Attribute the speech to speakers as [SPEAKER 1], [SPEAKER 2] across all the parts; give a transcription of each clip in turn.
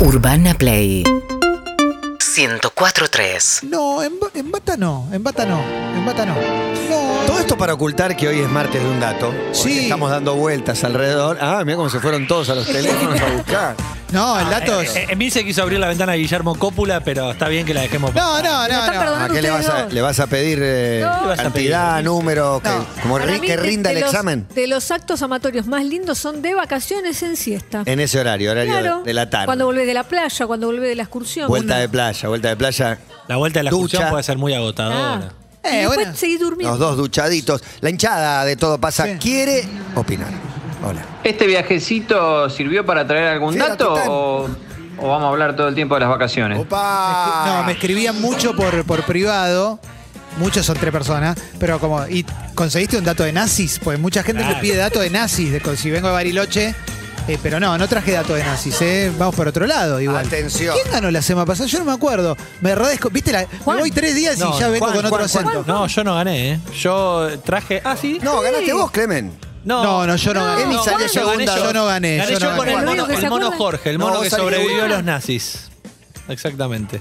[SPEAKER 1] Urbana Play 104.3
[SPEAKER 2] No, en, ba- en bata no, en bata no, en bata no. No,
[SPEAKER 3] Todo esto para ocultar que hoy es martes de un dato. porque
[SPEAKER 2] Sí.
[SPEAKER 3] Estamos dando vueltas alrededor. Ah, mira cómo se fueron todos a los teléfonos a buscar.
[SPEAKER 2] no, el dato
[SPEAKER 4] Eh,
[SPEAKER 2] es...
[SPEAKER 4] Emil se quiso abrir la ventana a Guillermo Cópula, pero está bien que la dejemos. pasar.
[SPEAKER 2] No, no,
[SPEAKER 5] están
[SPEAKER 2] no, no.
[SPEAKER 5] perdonando.
[SPEAKER 3] Ah, ¿A qué le vas a, le vas a pedir eh,
[SPEAKER 5] No.
[SPEAKER 4] Le vas a
[SPEAKER 3] cantidad,
[SPEAKER 4] pedir.
[SPEAKER 3] número, que,
[SPEAKER 2] No.
[SPEAKER 3] como
[SPEAKER 5] Para
[SPEAKER 3] ri-
[SPEAKER 5] mí,
[SPEAKER 3] que
[SPEAKER 5] de-
[SPEAKER 3] rinda
[SPEAKER 5] de
[SPEAKER 3] el
[SPEAKER 5] los-
[SPEAKER 3] examen?
[SPEAKER 5] De los actos amatorios más lindos son de vacaciones en siesta.
[SPEAKER 3] En ese horario, horario de-
[SPEAKER 5] Claro.
[SPEAKER 3] de la tarde.
[SPEAKER 5] Cuando volvés de la playa, cuando volvés de la excursión.
[SPEAKER 3] vuelta
[SPEAKER 5] Una-
[SPEAKER 3] de playa, vuelta de playa.
[SPEAKER 4] La vuelta de la
[SPEAKER 3] Ducha.
[SPEAKER 4] excursión puede ser muy
[SPEAKER 5] Ah.
[SPEAKER 4] agotadora.
[SPEAKER 2] Eh,
[SPEAKER 5] Y después
[SPEAKER 2] bueno.
[SPEAKER 5] seguís durmiendo.
[SPEAKER 3] Los dos duchaditos. La hinchada de todo pasa.
[SPEAKER 2] Sí.
[SPEAKER 3] ¿Quiere opinar? Hola.
[SPEAKER 6] ¿Este viajecito sirvió para traer algún
[SPEAKER 3] Sí, la
[SPEAKER 6] dato
[SPEAKER 3] total.
[SPEAKER 6] o, o vamos a hablar todo el tiempo de las vacaciones?
[SPEAKER 4] Ah.
[SPEAKER 3] Opa.
[SPEAKER 2] No, me escribían mucho por, por privado. Muchos son tres personas, pero como, ¿y conseguiste un dato de nazis? Pues mucha gente le
[SPEAKER 4] Claro.
[SPEAKER 2] pide dato de nazis, de, si vengo de Bariloche, eh, pero no, no traje dato de nazis, eh. vamos por otro lado igual.
[SPEAKER 3] Atención.
[SPEAKER 2] ¿Quién ganó la semana pasada? Yo no me acuerdo, me rodezco, viste, la, me
[SPEAKER 5] Juan.
[SPEAKER 2] voy tres días
[SPEAKER 4] No,
[SPEAKER 2] y ya vengo
[SPEAKER 4] Juan,
[SPEAKER 2] con otro
[SPEAKER 4] Juan, Juan,
[SPEAKER 2] acento.
[SPEAKER 4] No, yo no gané, ¿eh? Yo traje. Ah, sí.
[SPEAKER 3] No, ganaste vos, Clemen.
[SPEAKER 4] No,
[SPEAKER 2] No, no, yo no gané.
[SPEAKER 3] Emi salió
[SPEAKER 4] Juan,
[SPEAKER 3] segunda.
[SPEAKER 4] gané
[SPEAKER 2] Yo no gané, yo no
[SPEAKER 4] yo,
[SPEAKER 2] gané.
[SPEAKER 4] con el
[SPEAKER 5] Juan,
[SPEAKER 4] mono,
[SPEAKER 5] ¿no?
[SPEAKER 4] el mono Jorge, el
[SPEAKER 3] No,
[SPEAKER 4] mono
[SPEAKER 3] vos
[SPEAKER 4] que
[SPEAKER 3] saliste
[SPEAKER 4] sobrevivió a
[SPEAKER 3] segunda.
[SPEAKER 4] los nazis. Exactamente.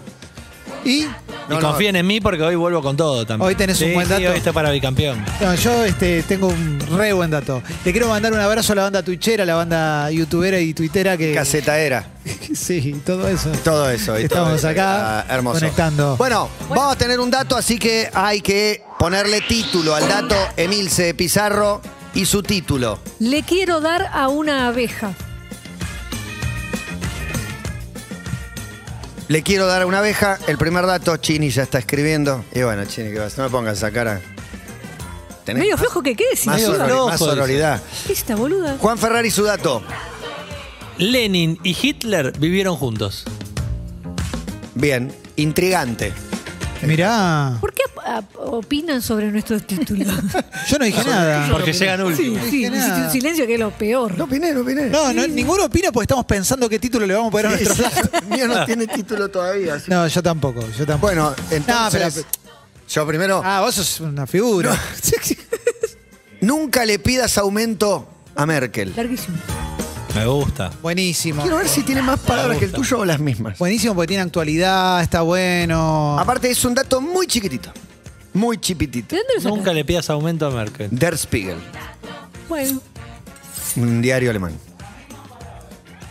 [SPEAKER 2] Y
[SPEAKER 3] No,
[SPEAKER 4] y
[SPEAKER 3] no.
[SPEAKER 4] confíen en mí porque hoy vuelvo con todo también.
[SPEAKER 2] Hoy tenés un
[SPEAKER 4] Sí,
[SPEAKER 2] buen
[SPEAKER 4] sí,
[SPEAKER 2] dato.
[SPEAKER 4] hoy está para bicampeón.
[SPEAKER 2] No, yo este, tengo un re buen dato. Le quiero mandar un abrazo a la banda twitchera, la banda youtubera y twittera que...
[SPEAKER 3] Caseta era.
[SPEAKER 2] Sí, todo eso.
[SPEAKER 3] Todo eso. y todo
[SPEAKER 2] Estamos
[SPEAKER 3] eso.
[SPEAKER 2] acá
[SPEAKER 3] Ah, hermoso.
[SPEAKER 2] conectando.
[SPEAKER 3] Bueno, vamos a tener un dato, así que hay que ponerle título al dato. Emilce Pizarro y su título.
[SPEAKER 5] Le quiero dar a una abeja.
[SPEAKER 3] Le quiero dar a una abeja. El primer dato, Chini ya está escribiendo. Y bueno, Chini, ¿qué vas? No me pongas esa cara. Tenés
[SPEAKER 5] Medio flojo que quede, sin
[SPEAKER 3] más,
[SPEAKER 4] medio
[SPEAKER 3] sorori-
[SPEAKER 5] duda.
[SPEAKER 4] flojo,
[SPEAKER 3] más
[SPEAKER 4] dice.
[SPEAKER 3] sororidad.
[SPEAKER 5] ¿Qué es esta boluda?
[SPEAKER 3] Juan Ferrari, su dato.
[SPEAKER 4] Lenin y Hitler vivieron juntos.
[SPEAKER 3] Bien, intrigante.
[SPEAKER 2] Mirá,
[SPEAKER 5] ¿Por qué ah, opinan sobre nuestros títulos?
[SPEAKER 2] yo no dije nada.
[SPEAKER 4] Porque llegan
[SPEAKER 5] sí,
[SPEAKER 4] últimos.
[SPEAKER 5] sí,
[SPEAKER 2] dije nada.
[SPEAKER 5] hiciste un silencio que es lo peor.
[SPEAKER 3] No opiné, no opiné.
[SPEAKER 2] No, no, ninguno opina porque estamos pensando qué título le vamos a poner a nuestro plato.
[SPEAKER 3] Mío no tiene título todavía. así-
[SPEAKER 2] No, yo tampoco, yo tampoco.
[SPEAKER 3] Bueno, entonces.
[SPEAKER 2] pero-
[SPEAKER 3] yo primero.
[SPEAKER 2] Ah, vos sos una figura.
[SPEAKER 3] Nunca le pidas aumento a Merkel.
[SPEAKER 5] Larguísimo.
[SPEAKER 4] Me gusta.
[SPEAKER 2] Buenísimo.
[SPEAKER 3] Quiero ver si tiene más palabras que el tuyo o las mismas.
[SPEAKER 2] Buenísimo porque tiene actualidad, está bueno.
[SPEAKER 3] Aparte, es un dato muy chiquitito. Muy chipitito.
[SPEAKER 5] ¿De dónde lo
[SPEAKER 4] Nunca
[SPEAKER 5] sacas?
[SPEAKER 4] le pidas aumento a Merkel.
[SPEAKER 3] Der Spiegel,
[SPEAKER 5] Bueno,
[SPEAKER 3] un diario alemán.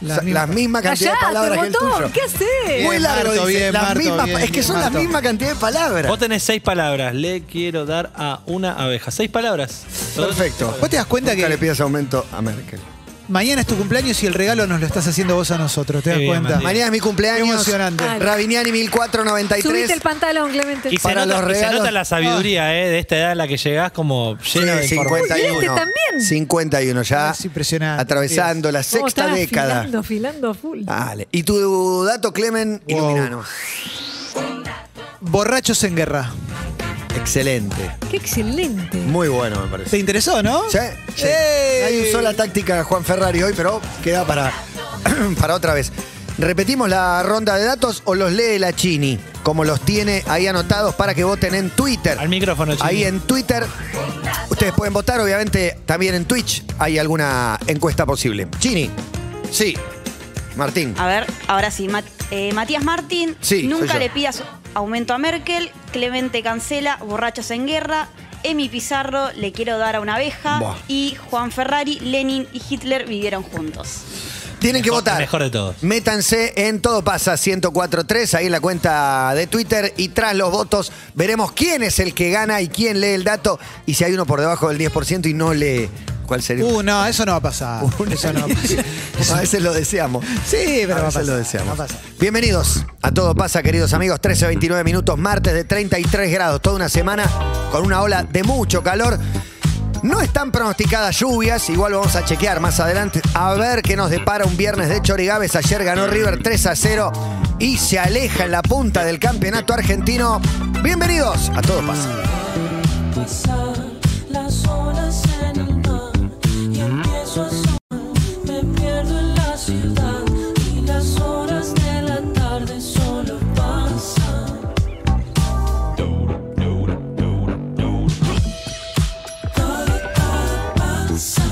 [SPEAKER 3] O sea,
[SPEAKER 2] Las
[SPEAKER 3] La,
[SPEAKER 2] mismas-
[SPEAKER 3] misma cantidad de
[SPEAKER 5] callate,
[SPEAKER 3] palabras que el
[SPEAKER 5] botón.
[SPEAKER 3] tuyo.
[SPEAKER 5] ¿Qué haces?
[SPEAKER 3] Muy largo,
[SPEAKER 2] Marto,
[SPEAKER 3] dice.
[SPEAKER 2] bien,
[SPEAKER 3] Las
[SPEAKER 2] Marto,
[SPEAKER 3] mismas-
[SPEAKER 2] bien,
[SPEAKER 3] es que
[SPEAKER 2] bien,
[SPEAKER 3] son la
[SPEAKER 2] Marto.
[SPEAKER 3] misma cantidad de
[SPEAKER 4] Vos
[SPEAKER 3] palabras.
[SPEAKER 4] tenés seis palabras. Le quiero dar a una abeja. Seis palabras.
[SPEAKER 3] Perfecto.
[SPEAKER 2] Vos te das cuenta
[SPEAKER 3] Nunca
[SPEAKER 2] que-
[SPEAKER 3] le pidas aumento a Merkel.
[SPEAKER 2] Mañana es tu cumpleaños y el regalo nos lo estás haciendo vos a nosotros, ¿te
[SPEAKER 4] Qué
[SPEAKER 2] das
[SPEAKER 4] bien,
[SPEAKER 2] cuenta?
[SPEAKER 4] Matías.
[SPEAKER 3] Mañana es mi cumpleaños.
[SPEAKER 2] Qué emocionante.
[SPEAKER 5] Ay.
[SPEAKER 3] Rabiniani
[SPEAKER 5] Subiste
[SPEAKER 3] 1493.
[SPEAKER 5] el pantalón, Clemente.
[SPEAKER 4] Y se,
[SPEAKER 3] Para
[SPEAKER 4] nota,
[SPEAKER 3] los
[SPEAKER 4] y se
[SPEAKER 3] regalos- Ah.
[SPEAKER 4] nota la sabiduría eh, de esta edad a la que llegás como llena de
[SPEAKER 3] Sí,
[SPEAKER 4] información.
[SPEAKER 5] Uy, este
[SPEAKER 3] 51.
[SPEAKER 5] también.
[SPEAKER 3] 51 ya.
[SPEAKER 2] Es impresionante.
[SPEAKER 3] Atravesando la
[SPEAKER 5] Vos
[SPEAKER 3] sexta
[SPEAKER 5] estás
[SPEAKER 3] década. Ah.
[SPEAKER 5] Afilando, afilando full.
[SPEAKER 3] Dale. Y tu dato, Clemen,
[SPEAKER 2] Wow.
[SPEAKER 3] iluminanos.
[SPEAKER 2] Borrachos en guerra.
[SPEAKER 3] Excelente.
[SPEAKER 5] Qué excelente.
[SPEAKER 3] Muy bueno, me parece.
[SPEAKER 2] ¿Te interesó, no?
[SPEAKER 3] Sí, sí.
[SPEAKER 2] ¡Ey!
[SPEAKER 3] Ahí usó la táctica Juan Ferrari hoy, pero queda para, para otra vez. ¿Repetimos la ronda de datos o los lee la Chini? Como los tiene ahí anotados para que voten en Twitter.
[SPEAKER 4] Al micrófono, Chini.
[SPEAKER 3] Ahí en Twitter. Ustedes pueden votar, obviamente, también en Twitch. Hay alguna encuesta posible. Chini. Sí. Martín.
[SPEAKER 7] A ver, ahora sí, Mat- eh, Matías Martín,
[SPEAKER 3] Sí, soy
[SPEAKER 7] nunca
[SPEAKER 3] yo.
[SPEAKER 7] le pidas aumento a Merkel, Clemente Cancela, Borrachos en Guerra, Emi Pizarro, Le Quiero Dar a una Abeja
[SPEAKER 3] Buah.
[SPEAKER 7] y Juan Ferrari, Lenin y Hitler vivieron juntos.
[SPEAKER 3] Tienen que
[SPEAKER 4] Mejor-
[SPEAKER 3] votar.
[SPEAKER 4] mejor de todos.
[SPEAKER 3] Métanse en Todo Pasa 1043, ahí en la cuenta de Twitter. Y tras los votos veremos quién es el que gana y quién lee el dato. Y si hay uno por debajo del 10% y no lee, ¿cuál sería?
[SPEAKER 2] Uh, no, eso no va a pasar. Eso no va a pasar.
[SPEAKER 3] a veces lo deseamos.
[SPEAKER 2] Sí, pero
[SPEAKER 3] a
[SPEAKER 2] va a
[SPEAKER 3] veces
[SPEAKER 2] pasar.
[SPEAKER 3] lo deseamos.
[SPEAKER 2] Va a pasar.
[SPEAKER 3] Bienvenidos a Todo Pasa, queridos amigos. 13, 29 minutos, martes de 33 grados, toda una semana con una ola de mucho calor. No están pronosticadas lluvias, igual vamos a chequear más adelante a ver qué nos depara un viernes de Chorigaves. Ayer ganó River 3 a 0 y se aleja en la punta del campeonato argentino. Bienvenidos a Todo Pasa.
[SPEAKER 8] Las olas en el mar y empiezo a soñar. Me pierdo en la ciudad y las horas de la tarde solo pasan. Todo, todo pasa.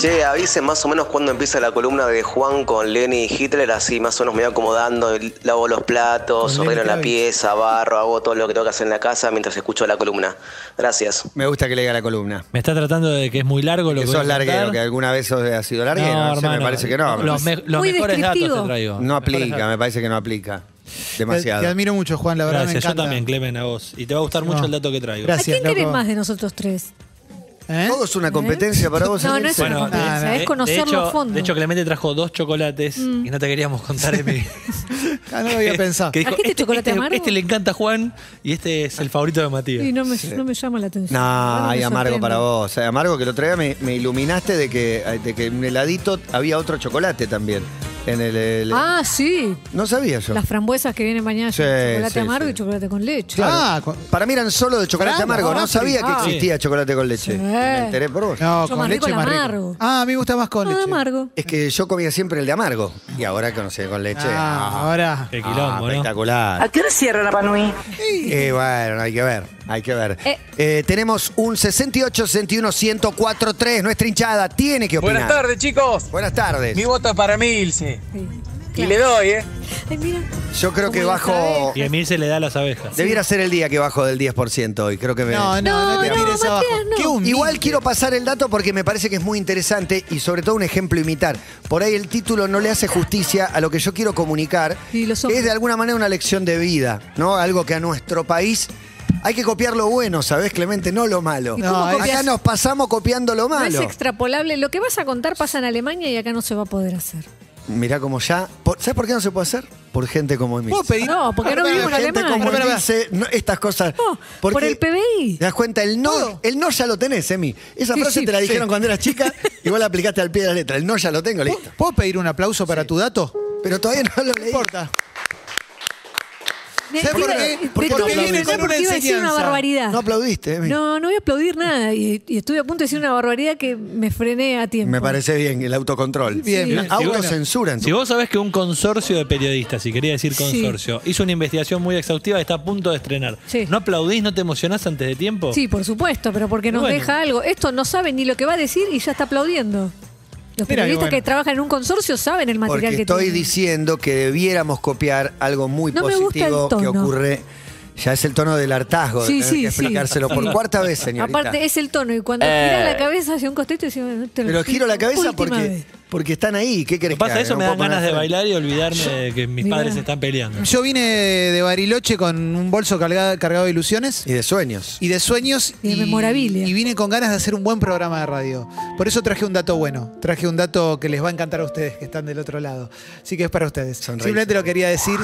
[SPEAKER 1] Che, avisen más o menos cuándo empieza la columna de Juan con Lenny y Hitler, así más o menos me voy acomodando, lavo los platos,
[SPEAKER 2] Con Lenny
[SPEAKER 1] ordeno
[SPEAKER 2] Kravitz.
[SPEAKER 1] la pieza, barro, hago todo lo que tengo que hacer en la casa mientras escucho la columna. Gracias.
[SPEAKER 3] Me gusta que le diga la columna.
[SPEAKER 4] Me está tratando de que es muy largo lo
[SPEAKER 3] que
[SPEAKER 4] voy a
[SPEAKER 3] sos larguero,
[SPEAKER 4] contar.
[SPEAKER 3] que alguna vez sos- has sido larguero.
[SPEAKER 4] No,
[SPEAKER 3] No, sé, me
[SPEAKER 4] hermano.
[SPEAKER 3] parece que no. Me
[SPEAKER 4] Los,
[SPEAKER 3] parece-
[SPEAKER 4] me- los
[SPEAKER 5] Muy
[SPEAKER 4] mejores datos
[SPEAKER 5] descriptivo.
[SPEAKER 4] te traigo.
[SPEAKER 3] no
[SPEAKER 4] Mejores
[SPEAKER 3] aplica,
[SPEAKER 4] datos.
[SPEAKER 3] me parece que no aplica.
[SPEAKER 2] Te, te
[SPEAKER 3] Demasiado.
[SPEAKER 2] admiro mucho, Juan, la verdad me
[SPEAKER 4] Gracias, yo
[SPEAKER 2] encanta.
[SPEAKER 4] también, Clemen, a vos. Y te va a gustar mucho
[SPEAKER 2] No.
[SPEAKER 4] el dato que traigo.
[SPEAKER 5] ¿A
[SPEAKER 2] Gracias.
[SPEAKER 5] quién querés
[SPEAKER 2] loco.
[SPEAKER 5] más de nosotros tres?
[SPEAKER 2] ¿Eh?
[SPEAKER 3] Todo es una competencia para vos. ¿eh?
[SPEAKER 5] No, no
[SPEAKER 3] Alexis?
[SPEAKER 5] es una
[SPEAKER 4] Bueno,
[SPEAKER 5] competencia,
[SPEAKER 2] nada,
[SPEAKER 5] es conocerlo
[SPEAKER 4] eh, de hecho,
[SPEAKER 5] a fondo. Mm.
[SPEAKER 4] De hecho, Clemente trajo dos chocolates que no te queríamos contar, Emi.
[SPEAKER 2] Ah, no lo había pensado.
[SPEAKER 4] Que dijo,
[SPEAKER 5] ¿A qué este chocolate amargo?
[SPEAKER 4] este le encanta a Juan y este es el favorito de Matías.
[SPEAKER 5] y no me, no me llama la atención. Ahora
[SPEAKER 3] No,
[SPEAKER 5] me
[SPEAKER 3] hay amargo
[SPEAKER 5] sorprende.
[SPEAKER 3] para vos. Hay amargo que el otro día me, me iluminaste de que, de que en un heladito había otro chocolate también. En el, el-
[SPEAKER 5] Ah, sí.
[SPEAKER 3] no sabía yo.
[SPEAKER 5] Las frambuesas que vienen mañana,
[SPEAKER 3] Sí,
[SPEAKER 5] chocolate
[SPEAKER 3] sí,
[SPEAKER 5] amargo
[SPEAKER 3] sí.
[SPEAKER 5] y chocolate con leche.
[SPEAKER 2] Claro. Ah, cu-
[SPEAKER 3] Para mí eran solo de chocolate
[SPEAKER 2] Claro,
[SPEAKER 3] amargo. No
[SPEAKER 2] ah,
[SPEAKER 3] sabía que
[SPEAKER 5] ah.
[SPEAKER 3] existía chocolate con leche.
[SPEAKER 5] Sí.
[SPEAKER 3] Me enteré por vos.
[SPEAKER 2] No,
[SPEAKER 5] Yo
[SPEAKER 2] con
[SPEAKER 5] más
[SPEAKER 2] leche
[SPEAKER 5] rico el
[SPEAKER 2] más rico.
[SPEAKER 5] amargo.
[SPEAKER 2] Ah, a mí me gusta más con
[SPEAKER 5] No,
[SPEAKER 2] leche.
[SPEAKER 5] amargo.
[SPEAKER 3] Es que yo comía siempre el de amargo. Y ahora conocí el con leche.
[SPEAKER 2] Ah,
[SPEAKER 3] Ah,
[SPEAKER 2] ahora.
[SPEAKER 4] Qué quilombo, ¿no?
[SPEAKER 3] espectacular.
[SPEAKER 9] qué hora cierra la Panui?
[SPEAKER 3] Eh, bueno, hay que ver, hay que ver.
[SPEAKER 5] Eh.
[SPEAKER 3] Eh, tenemos un 68 61 104 3. Nuestra hinchada tiene que opinar.
[SPEAKER 10] Buenas tardes, chicos.
[SPEAKER 3] Buenas tardes.
[SPEAKER 10] Mi voto es para Milce.
[SPEAKER 5] Sí.
[SPEAKER 10] Y le doy, ¿eh?
[SPEAKER 5] Ay, mira.
[SPEAKER 3] Yo creo que
[SPEAKER 5] Como las
[SPEAKER 3] bajo.
[SPEAKER 5] abejas.
[SPEAKER 4] Y a mí se le da a las abejas.
[SPEAKER 3] Debiera ser el día que bajo del 10% hoy. Creo que me.
[SPEAKER 2] No, no, no, te
[SPEAKER 5] No, no,
[SPEAKER 2] mires abajo.
[SPEAKER 5] Matías, no.
[SPEAKER 2] Qué humilde.
[SPEAKER 3] Igual quiero pasar el dato porque me parece que es muy interesante y sobre todo un ejemplo a imitar. Por ahí el título no le hace justicia a lo que yo quiero comunicar.
[SPEAKER 5] Y los
[SPEAKER 3] que es de alguna manera una lección de vida, ¿no? Algo que a nuestro país hay que copiar lo bueno, ¿sabés, Clemente? No lo malo.
[SPEAKER 5] ¿Y cómo No, copias?
[SPEAKER 3] acá nos pasamos copiando lo
[SPEAKER 5] No es
[SPEAKER 3] malo.
[SPEAKER 5] extrapolable. Lo que vas a contar pasa en Alemania y acá no se va a poder hacer.
[SPEAKER 3] Mirá como ya. por- ¿Sabés por qué no se puede hacer? Por gente como mí.
[SPEAKER 2] ¿Puedo pedir?
[SPEAKER 5] No, porque no
[SPEAKER 2] Pará,
[SPEAKER 5] vivimos en
[SPEAKER 2] gente
[SPEAKER 5] Alemania.
[SPEAKER 2] como
[SPEAKER 3] Como
[SPEAKER 2] Pará,
[SPEAKER 3] él
[SPEAKER 2] pará.
[SPEAKER 3] dice no, estas cosas.
[SPEAKER 5] No, Oh, por
[SPEAKER 3] Porque
[SPEAKER 5] el PBI.
[SPEAKER 3] ¿Te das cuenta? El no, el no ya lo tenés, Emi. Esa
[SPEAKER 5] Oh. Sí,
[SPEAKER 3] frase
[SPEAKER 5] sí,
[SPEAKER 3] te la
[SPEAKER 5] sí.
[SPEAKER 3] dijeron cuando eras chica y vos la aplicaste al pie de la letra. El no ya lo
[SPEAKER 5] Oh.
[SPEAKER 3] tengo, listo.
[SPEAKER 2] ¿Puedo- ¿Puedo pedir un aplauso para tu dato?
[SPEAKER 3] Pero todavía no lo leí.
[SPEAKER 2] No importa.
[SPEAKER 5] Me-
[SPEAKER 3] ¿Sabés por
[SPEAKER 5] iba-
[SPEAKER 3] qué?
[SPEAKER 5] te-
[SPEAKER 3] Porque
[SPEAKER 5] te
[SPEAKER 3] no
[SPEAKER 5] iba a
[SPEAKER 3] aplaudís.
[SPEAKER 5] decir
[SPEAKER 2] Con una
[SPEAKER 5] porque iba a decir una
[SPEAKER 2] enseñanza. eh,
[SPEAKER 5] barbaridad.
[SPEAKER 3] No aplaudiste, Emi.
[SPEAKER 5] No, no voy a aplaudir nada. Y, y estuve a punto de decir una barbaridad que me frené a tiempo.
[SPEAKER 3] Me parece bien el autocontrol.
[SPEAKER 2] Bien, bien.
[SPEAKER 3] Una Autocensura. en tu-
[SPEAKER 4] Si vos sabés que un consorcio de periodistas, si quería decir consorcio, hizo una investigación muy exhaustiva y está a punto de estrenar.
[SPEAKER 5] Sí.
[SPEAKER 4] ¿No aplaudís, no te emocionás antes de tiempo?
[SPEAKER 5] Sí, por supuesto, pero porque nos
[SPEAKER 4] Bueno.
[SPEAKER 5] deja algo. Esto no sabe ni lo que va a decir y ya está aplaudiendo. Los
[SPEAKER 2] Mira,
[SPEAKER 5] periodistas
[SPEAKER 2] qué bueno.
[SPEAKER 5] que trabajan en un consorcio saben el material
[SPEAKER 3] Porque
[SPEAKER 5] que
[SPEAKER 3] estoy
[SPEAKER 5] tienen.
[SPEAKER 3] diciendo que debiéramos copiar algo muy
[SPEAKER 5] No me gusta el
[SPEAKER 3] positivo que
[SPEAKER 5] tono.
[SPEAKER 3] ocurre. Ya es el tono del hartazgo.
[SPEAKER 5] Sí,
[SPEAKER 3] de tener
[SPEAKER 5] sí,
[SPEAKER 3] que
[SPEAKER 5] sí.
[SPEAKER 3] explicárselo por
[SPEAKER 5] Sí.
[SPEAKER 3] cuarta vez, señorita.
[SPEAKER 5] Aparte es el tono y cuando gira
[SPEAKER 2] Eh.
[SPEAKER 5] la cabeza hacia un costito y bueno, te lo
[SPEAKER 3] Pero
[SPEAKER 5] explico
[SPEAKER 3] giro la cabeza
[SPEAKER 5] última
[SPEAKER 3] porque,
[SPEAKER 5] vez.
[SPEAKER 3] porque están ahí. ¿Qué querés
[SPEAKER 4] Me pasa
[SPEAKER 3] que haga?
[SPEAKER 4] eso,
[SPEAKER 3] No
[SPEAKER 4] me
[SPEAKER 3] puedo
[SPEAKER 4] dan ganas
[SPEAKER 3] poner
[SPEAKER 4] de
[SPEAKER 3] frente.
[SPEAKER 4] bailar y olvidarme de que mis
[SPEAKER 5] Mirá.
[SPEAKER 4] padres se están peleando.
[SPEAKER 2] Yo vine de Bariloche con un bolso cargado, cargado de ilusiones
[SPEAKER 3] Y de sueños.
[SPEAKER 2] y de sueños
[SPEAKER 5] Y de memorabilia.
[SPEAKER 2] y vine con ganas de hacer un buen programa de radio. Por eso traje un dato bueno, traje un dato que les va a encantar a ustedes que están del otro lado. Así que es para ustedes.
[SPEAKER 3] Sonreí.
[SPEAKER 2] Simplemente lo quería decir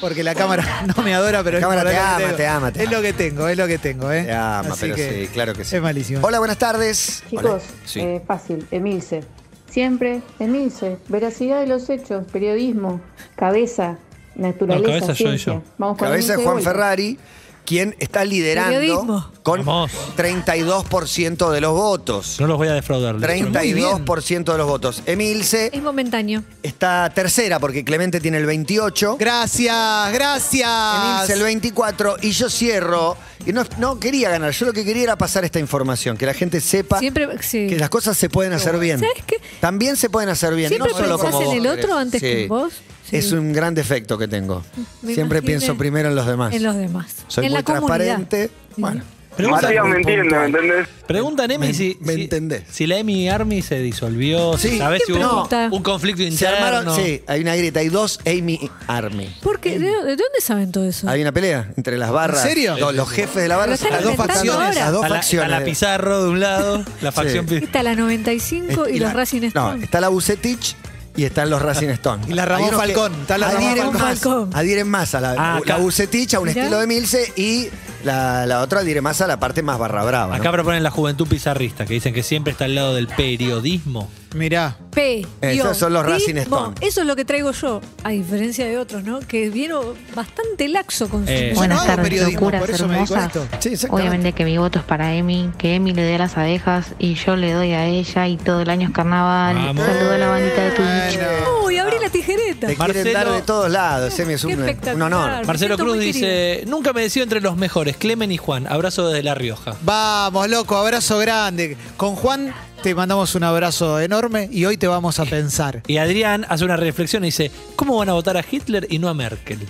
[SPEAKER 2] porque la cámara no me adora, pero
[SPEAKER 3] La
[SPEAKER 2] es
[SPEAKER 3] cámara
[SPEAKER 2] lo
[SPEAKER 3] te
[SPEAKER 2] que
[SPEAKER 3] ama,
[SPEAKER 2] tengo.
[SPEAKER 3] te ama, te
[SPEAKER 2] Es
[SPEAKER 3] ama.
[SPEAKER 2] lo que tengo, es lo que tengo, ¿eh?
[SPEAKER 3] Te ama,
[SPEAKER 2] Así
[SPEAKER 3] pero sí, claro que sí.
[SPEAKER 2] Es malísimo.
[SPEAKER 3] Hola, buenas tardes. Hola.
[SPEAKER 11] Chicos,
[SPEAKER 3] Sí.
[SPEAKER 11] eh, fácil, Emilce. Siempre, Emilce. Veracidad de los hechos, periodismo, cabeza, naturaleza,
[SPEAKER 4] No, cabeza soy
[SPEAKER 11] ciencia.
[SPEAKER 4] yo.
[SPEAKER 11] Vamos con
[SPEAKER 3] Cabeza
[SPEAKER 11] Emilce
[SPEAKER 3] de
[SPEAKER 11] de
[SPEAKER 3] Juan
[SPEAKER 11] vuelta.
[SPEAKER 3] Ferrari, quien está liderando
[SPEAKER 5] Periodismo.
[SPEAKER 3] con
[SPEAKER 4] Vamos.
[SPEAKER 3] 32% de los votos.
[SPEAKER 4] No los voy a defraudar. les prometo.
[SPEAKER 3] 32% de los votos. Emilce
[SPEAKER 5] Es momentáneo.
[SPEAKER 3] está tercera porque Clemente tiene el 28.
[SPEAKER 2] Gracias, gracias.
[SPEAKER 3] Emilce el 24 y yo cierro. Y no, no quería ganar, yo lo que quería era pasar esta información, que la gente sepa
[SPEAKER 5] Siempre, sí.
[SPEAKER 3] que las cosas se pueden hacer bien.
[SPEAKER 5] ¿Sabes qué?
[SPEAKER 3] También se pueden hacer bien.
[SPEAKER 5] Siempre
[SPEAKER 3] no solo
[SPEAKER 5] pensás
[SPEAKER 3] como
[SPEAKER 5] en
[SPEAKER 3] vos
[SPEAKER 5] el otro
[SPEAKER 3] querés.
[SPEAKER 5] antes que en vos. Sí.
[SPEAKER 3] Es un gran defecto que tengo.
[SPEAKER 5] Me
[SPEAKER 3] Siempre
[SPEAKER 5] imaginé.
[SPEAKER 3] pienso primero en los demás.
[SPEAKER 5] En los demás.
[SPEAKER 3] Soy
[SPEAKER 5] en
[SPEAKER 3] muy
[SPEAKER 5] la comunidad.
[SPEAKER 3] transparente.
[SPEAKER 5] Sí.
[SPEAKER 3] Bueno,
[SPEAKER 4] Pregunta-
[SPEAKER 3] Matías me entiende, ¿me
[SPEAKER 10] entendés?
[SPEAKER 4] Preguntan, Emi,
[SPEAKER 3] Me-
[SPEAKER 4] si,
[SPEAKER 3] me
[SPEAKER 4] si-
[SPEAKER 3] entendés.
[SPEAKER 4] si la Emi Army se disolvió,
[SPEAKER 3] Sí.
[SPEAKER 4] si sabés
[SPEAKER 3] ¿Qué
[SPEAKER 4] si hubo
[SPEAKER 5] pregunta?
[SPEAKER 4] un conflicto interno.
[SPEAKER 3] se armaron. Sí, hay una grieta. Hay dos Amy Army.
[SPEAKER 5] Porque, ¿de, de dónde saben todo eso?
[SPEAKER 3] Hay una pelea entre las barras.
[SPEAKER 2] ¿En serio?
[SPEAKER 3] Los, los jefes de la barra.
[SPEAKER 5] Lo están
[SPEAKER 3] las dos
[SPEAKER 5] inventando
[SPEAKER 3] facciones.
[SPEAKER 5] ahora.
[SPEAKER 3] Las dos
[SPEAKER 4] Está la, está
[SPEAKER 3] facciones.
[SPEAKER 4] la Pizarro de un lado, la facción... pi-
[SPEAKER 5] Está la 95 y,
[SPEAKER 3] Est-
[SPEAKER 5] los
[SPEAKER 3] la-
[SPEAKER 5] Racing Stone.
[SPEAKER 3] No, está la Bucetich y están los Racing Stone.
[SPEAKER 2] Y la Ramón
[SPEAKER 3] Hay unos que
[SPEAKER 2] Falcón, está la Ramón
[SPEAKER 3] adhieren
[SPEAKER 5] Falcón.
[SPEAKER 3] más,
[SPEAKER 5] Falcón.
[SPEAKER 3] Adhieren más a la,
[SPEAKER 4] Ah,
[SPEAKER 3] la
[SPEAKER 4] acá.
[SPEAKER 3] Bucetich, a un
[SPEAKER 5] Mirá.
[SPEAKER 3] estilo de Milce, y la, la otra adhiere más a la parte más barra brava. ¿no?
[SPEAKER 4] Acá proponen la juventud pizarrista, que dicen que siempre está al lado del periodismo.
[SPEAKER 2] Mirá.
[SPEAKER 5] P.
[SPEAKER 3] Eh, Esos son los Racing Stone.
[SPEAKER 5] Eso es lo que traigo yo, a diferencia de otros, ¿no? Que vieron bastante laxo con su.
[SPEAKER 4] Eh,
[SPEAKER 2] Yo
[SPEAKER 11] Buenas
[SPEAKER 2] no hago
[SPEAKER 11] tardes,
[SPEAKER 2] periodismo,
[SPEAKER 11] locuras
[SPEAKER 2] por eso me dedico a
[SPEAKER 11] hermosas.
[SPEAKER 2] esto.
[SPEAKER 3] Sí, exactamente.
[SPEAKER 11] Obviamente que mi voto es para Emi, que Emi le dé a las abejas y yo le doy a ella y todo el año es carnaval.
[SPEAKER 4] Vamos.
[SPEAKER 11] Ah, Saludo a la bandita de tu
[SPEAKER 2] Bueno.
[SPEAKER 5] Uy, abrí la tijereta.
[SPEAKER 3] Te
[SPEAKER 4] Marcelo-
[SPEAKER 3] quieren dar de todos lados, Emi, es
[SPEAKER 5] Qué
[SPEAKER 3] un, un
[SPEAKER 5] espectacular.
[SPEAKER 3] honor.
[SPEAKER 4] Marcelo
[SPEAKER 5] siento
[SPEAKER 4] Cruz
[SPEAKER 5] muy
[SPEAKER 4] dice, nunca me decido entre los mejores, Clemen y Juan. Abrazo desde La Rioja.
[SPEAKER 2] Vamos, loco, abrazo grande. Con Juan te mandamos un abrazo enorme y hoy te vamos a pensar.
[SPEAKER 4] Y Adrián hace una reflexión y dice, ¿cómo van a votar a Hitler y no a Merkel?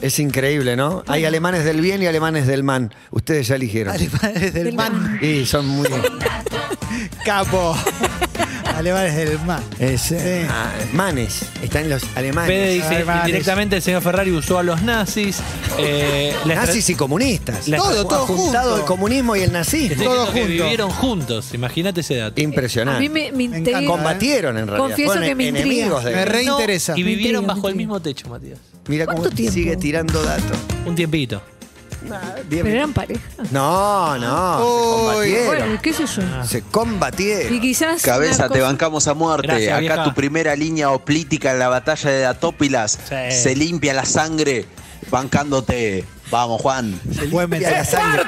[SPEAKER 3] Es increíble, ¿no? Hay alemanes del bien y alemanes del man. Ustedes ya eligieron.
[SPEAKER 2] Alemanes del man.
[SPEAKER 3] Y son muy.
[SPEAKER 2] Capo. Alemanes del man.
[SPEAKER 3] es,
[SPEAKER 2] Sí.
[SPEAKER 3] ah, manes. Están los
[SPEAKER 4] Fede
[SPEAKER 3] alemanes.
[SPEAKER 4] dice,
[SPEAKER 2] Alemanes.
[SPEAKER 4] directamente el señor Ferrari usó a los nazis. eh, la estra-
[SPEAKER 3] Nazis y comunistas.
[SPEAKER 4] La-
[SPEAKER 2] Todo, todo
[SPEAKER 3] Juntado el
[SPEAKER 2] junto.
[SPEAKER 3] comunismo y el
[SPEAKER 4] Te
[SPEAKER 3] nazismo.
[SPEAKER 4] estoy
[SPEAKER 2] todo
[SPEAKER 4] diciendo este que
[SPEAKER 2] junto.
[SPEAKER 4] Vivieron juntos, imagínate ese dato.
[SPEAKER 3] Impresionante.
[SPEAKER 5] A mí me, me
[SPEAKER 2] encanta.
[SPEAKER 5] intriga.
[SPEAKER 3] Combatieron en realidad.
[SPEAKER 5] Confieso
[SPEAKER 3] Fueron
[SPEAKER 5] que me intriga.
[SPEAKER 3] enemigos de-
[SPEAKER 2] Me reinteresa.
[SPEAKER 4] Y vivieron
[SPEAKER 5] Mentira,
[SPEAKER 4] bajo el
[SPEAKER 5] mentira.
[SPEAKER 4] mismo techo, Matías.
[SPEAKER 3] Mira cómo
[SPEAKER 5] ¿Cuánto tiempo?
[SPEAKER 3] sigue tirando datos.
[SPEAKER 4] Un tiempito.
[SPEAKER 3] Diez
[SPEAKER 5] Pero eran
[SPEAKER 3] minutos.
[SPEAKER 5] pareja.
[SPEAKER 3] No, no.
[SPEAKER 2] Uy,
[SPEAKER 3] se combatieron.
[SPEAKER 5] Bueno, qué sé yo.
[SPEAKER 4] Ah,
[SPEAKER 3] Se
[SPEAKER 5] Y
[SPEAKER 3] combatieron.
[SPEAKER 5] quizás.
[SPEAKER 9] Cabeza,
[SPEAKER 5] una
[SPEAKER 9] te
[SPEAKER 5] cosa-
[SPEAKER 9] bancamos a muerte.
[SPEAKER 4] Gracias,
[SPEAKER 9] Acá
[SPEAKER 4] vieja.
[SPEAKER 9] tu primera línea oplítica en la batalla de Atópilas.
[SPEAKER 4] Sí.
[SPEAKER 9] Se limpia la sangre bancándote. Vamos, Juan.
[SPEAKER 2] Buen
[SPEAKER 3] Y a la
[SPEAKER 2] mensaje.
[SPEAKER 3] sangre.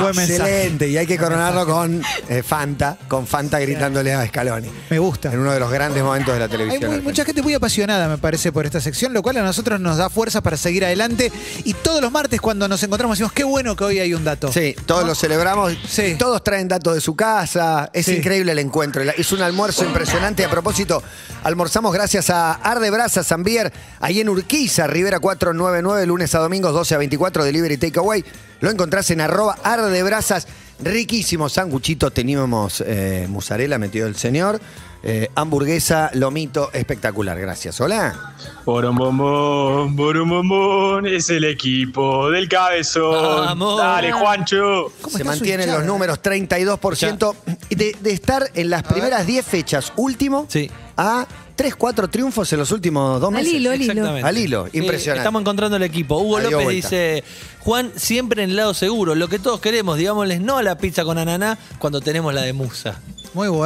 [SPEAKER 2] Buen mensaje.
[SPEAKER 3] Excelente, y hay que coronarlo con eh, Fanta, con Fanta gritándole a Scaloni.
[SPEAKER 2] Me gusta.
[SPEAKER 3] En uno de los grandes momentos de la
[SPEAKER 2] Hay
[SPEAKER 3] televisión.
[SPEAKER 2] muy- mucha gente muy apasionada, me parece, por esta sección, lo cual a nosotros nos da fuerzas para seguir adelante. Y todos los martes, cuando nos encontramos, decimos, qué bueno que hoy hay un dato.
[SPEAKER 3] Sí, todos lo celebramos,
[SPEAKER 2] Sí.
[SPEAKER 3] todos traen datos de su casa, es
[SPEAKER 2] Sí.
[SPEAKER 3] increíble el encuentro, la- es un almuerzo impresionante. A propósito, almorzamos gracias a Arde Brasa Zambier, ahí en Urquiza, Rivera 499, lunes a domingos 12 a 24, delivery takeaway. Lo encontrás en arroba ardebrasas, riquísimo sanguchito, teníamos eh, mozzarella, metido el señor, eh, hamburguesa, lomito, espectacular, gracias. Hola.
[SPEAKER 10] Borombombón, borombombón, es el equipo del cabezón.
[SPEAKER 4] Vamos.
[SPEAKER 10] Dale, Juancho.
[SPEAKER 2] ¿Cómo
[SPEAKER 3] Se
[SPEAKER 2] está su
[SPEAKER 3] mantienen
[SPEAKER 2] hinchada?
[SPEAKER 3] los números 32% y de, de estar en las primeras 10 fechas último
[SPEAKER 4] Sí.
[SPEAKER 3] a 3, 4 triunfos en los últimos dos
[SPEAKER 5] Al
[SPEAKER 3] meses.
[SPEAKER 5] hilo, al hilo.
[SPEAKER 4] Exactamente.
[SPEAKER 3] Al hilo,
[SPEAKER 4] Sí,
[SPEAKER 3] impresionante.
[SPEAKER 4] estamos encontrando el equipo. Hugo
[SPEAKER 3] Adiós,
[SPEAKER 4] López
[SPEAKER 3] vuelta.
[SPEAKER 4] dice, Juan, siempre en el lado seguro. Lo que todos queremos, digámosles no a la pizza con ananá cuando tenemos la de musa.
[SPEAKER 2] Muy
[SPEAKER 3] La de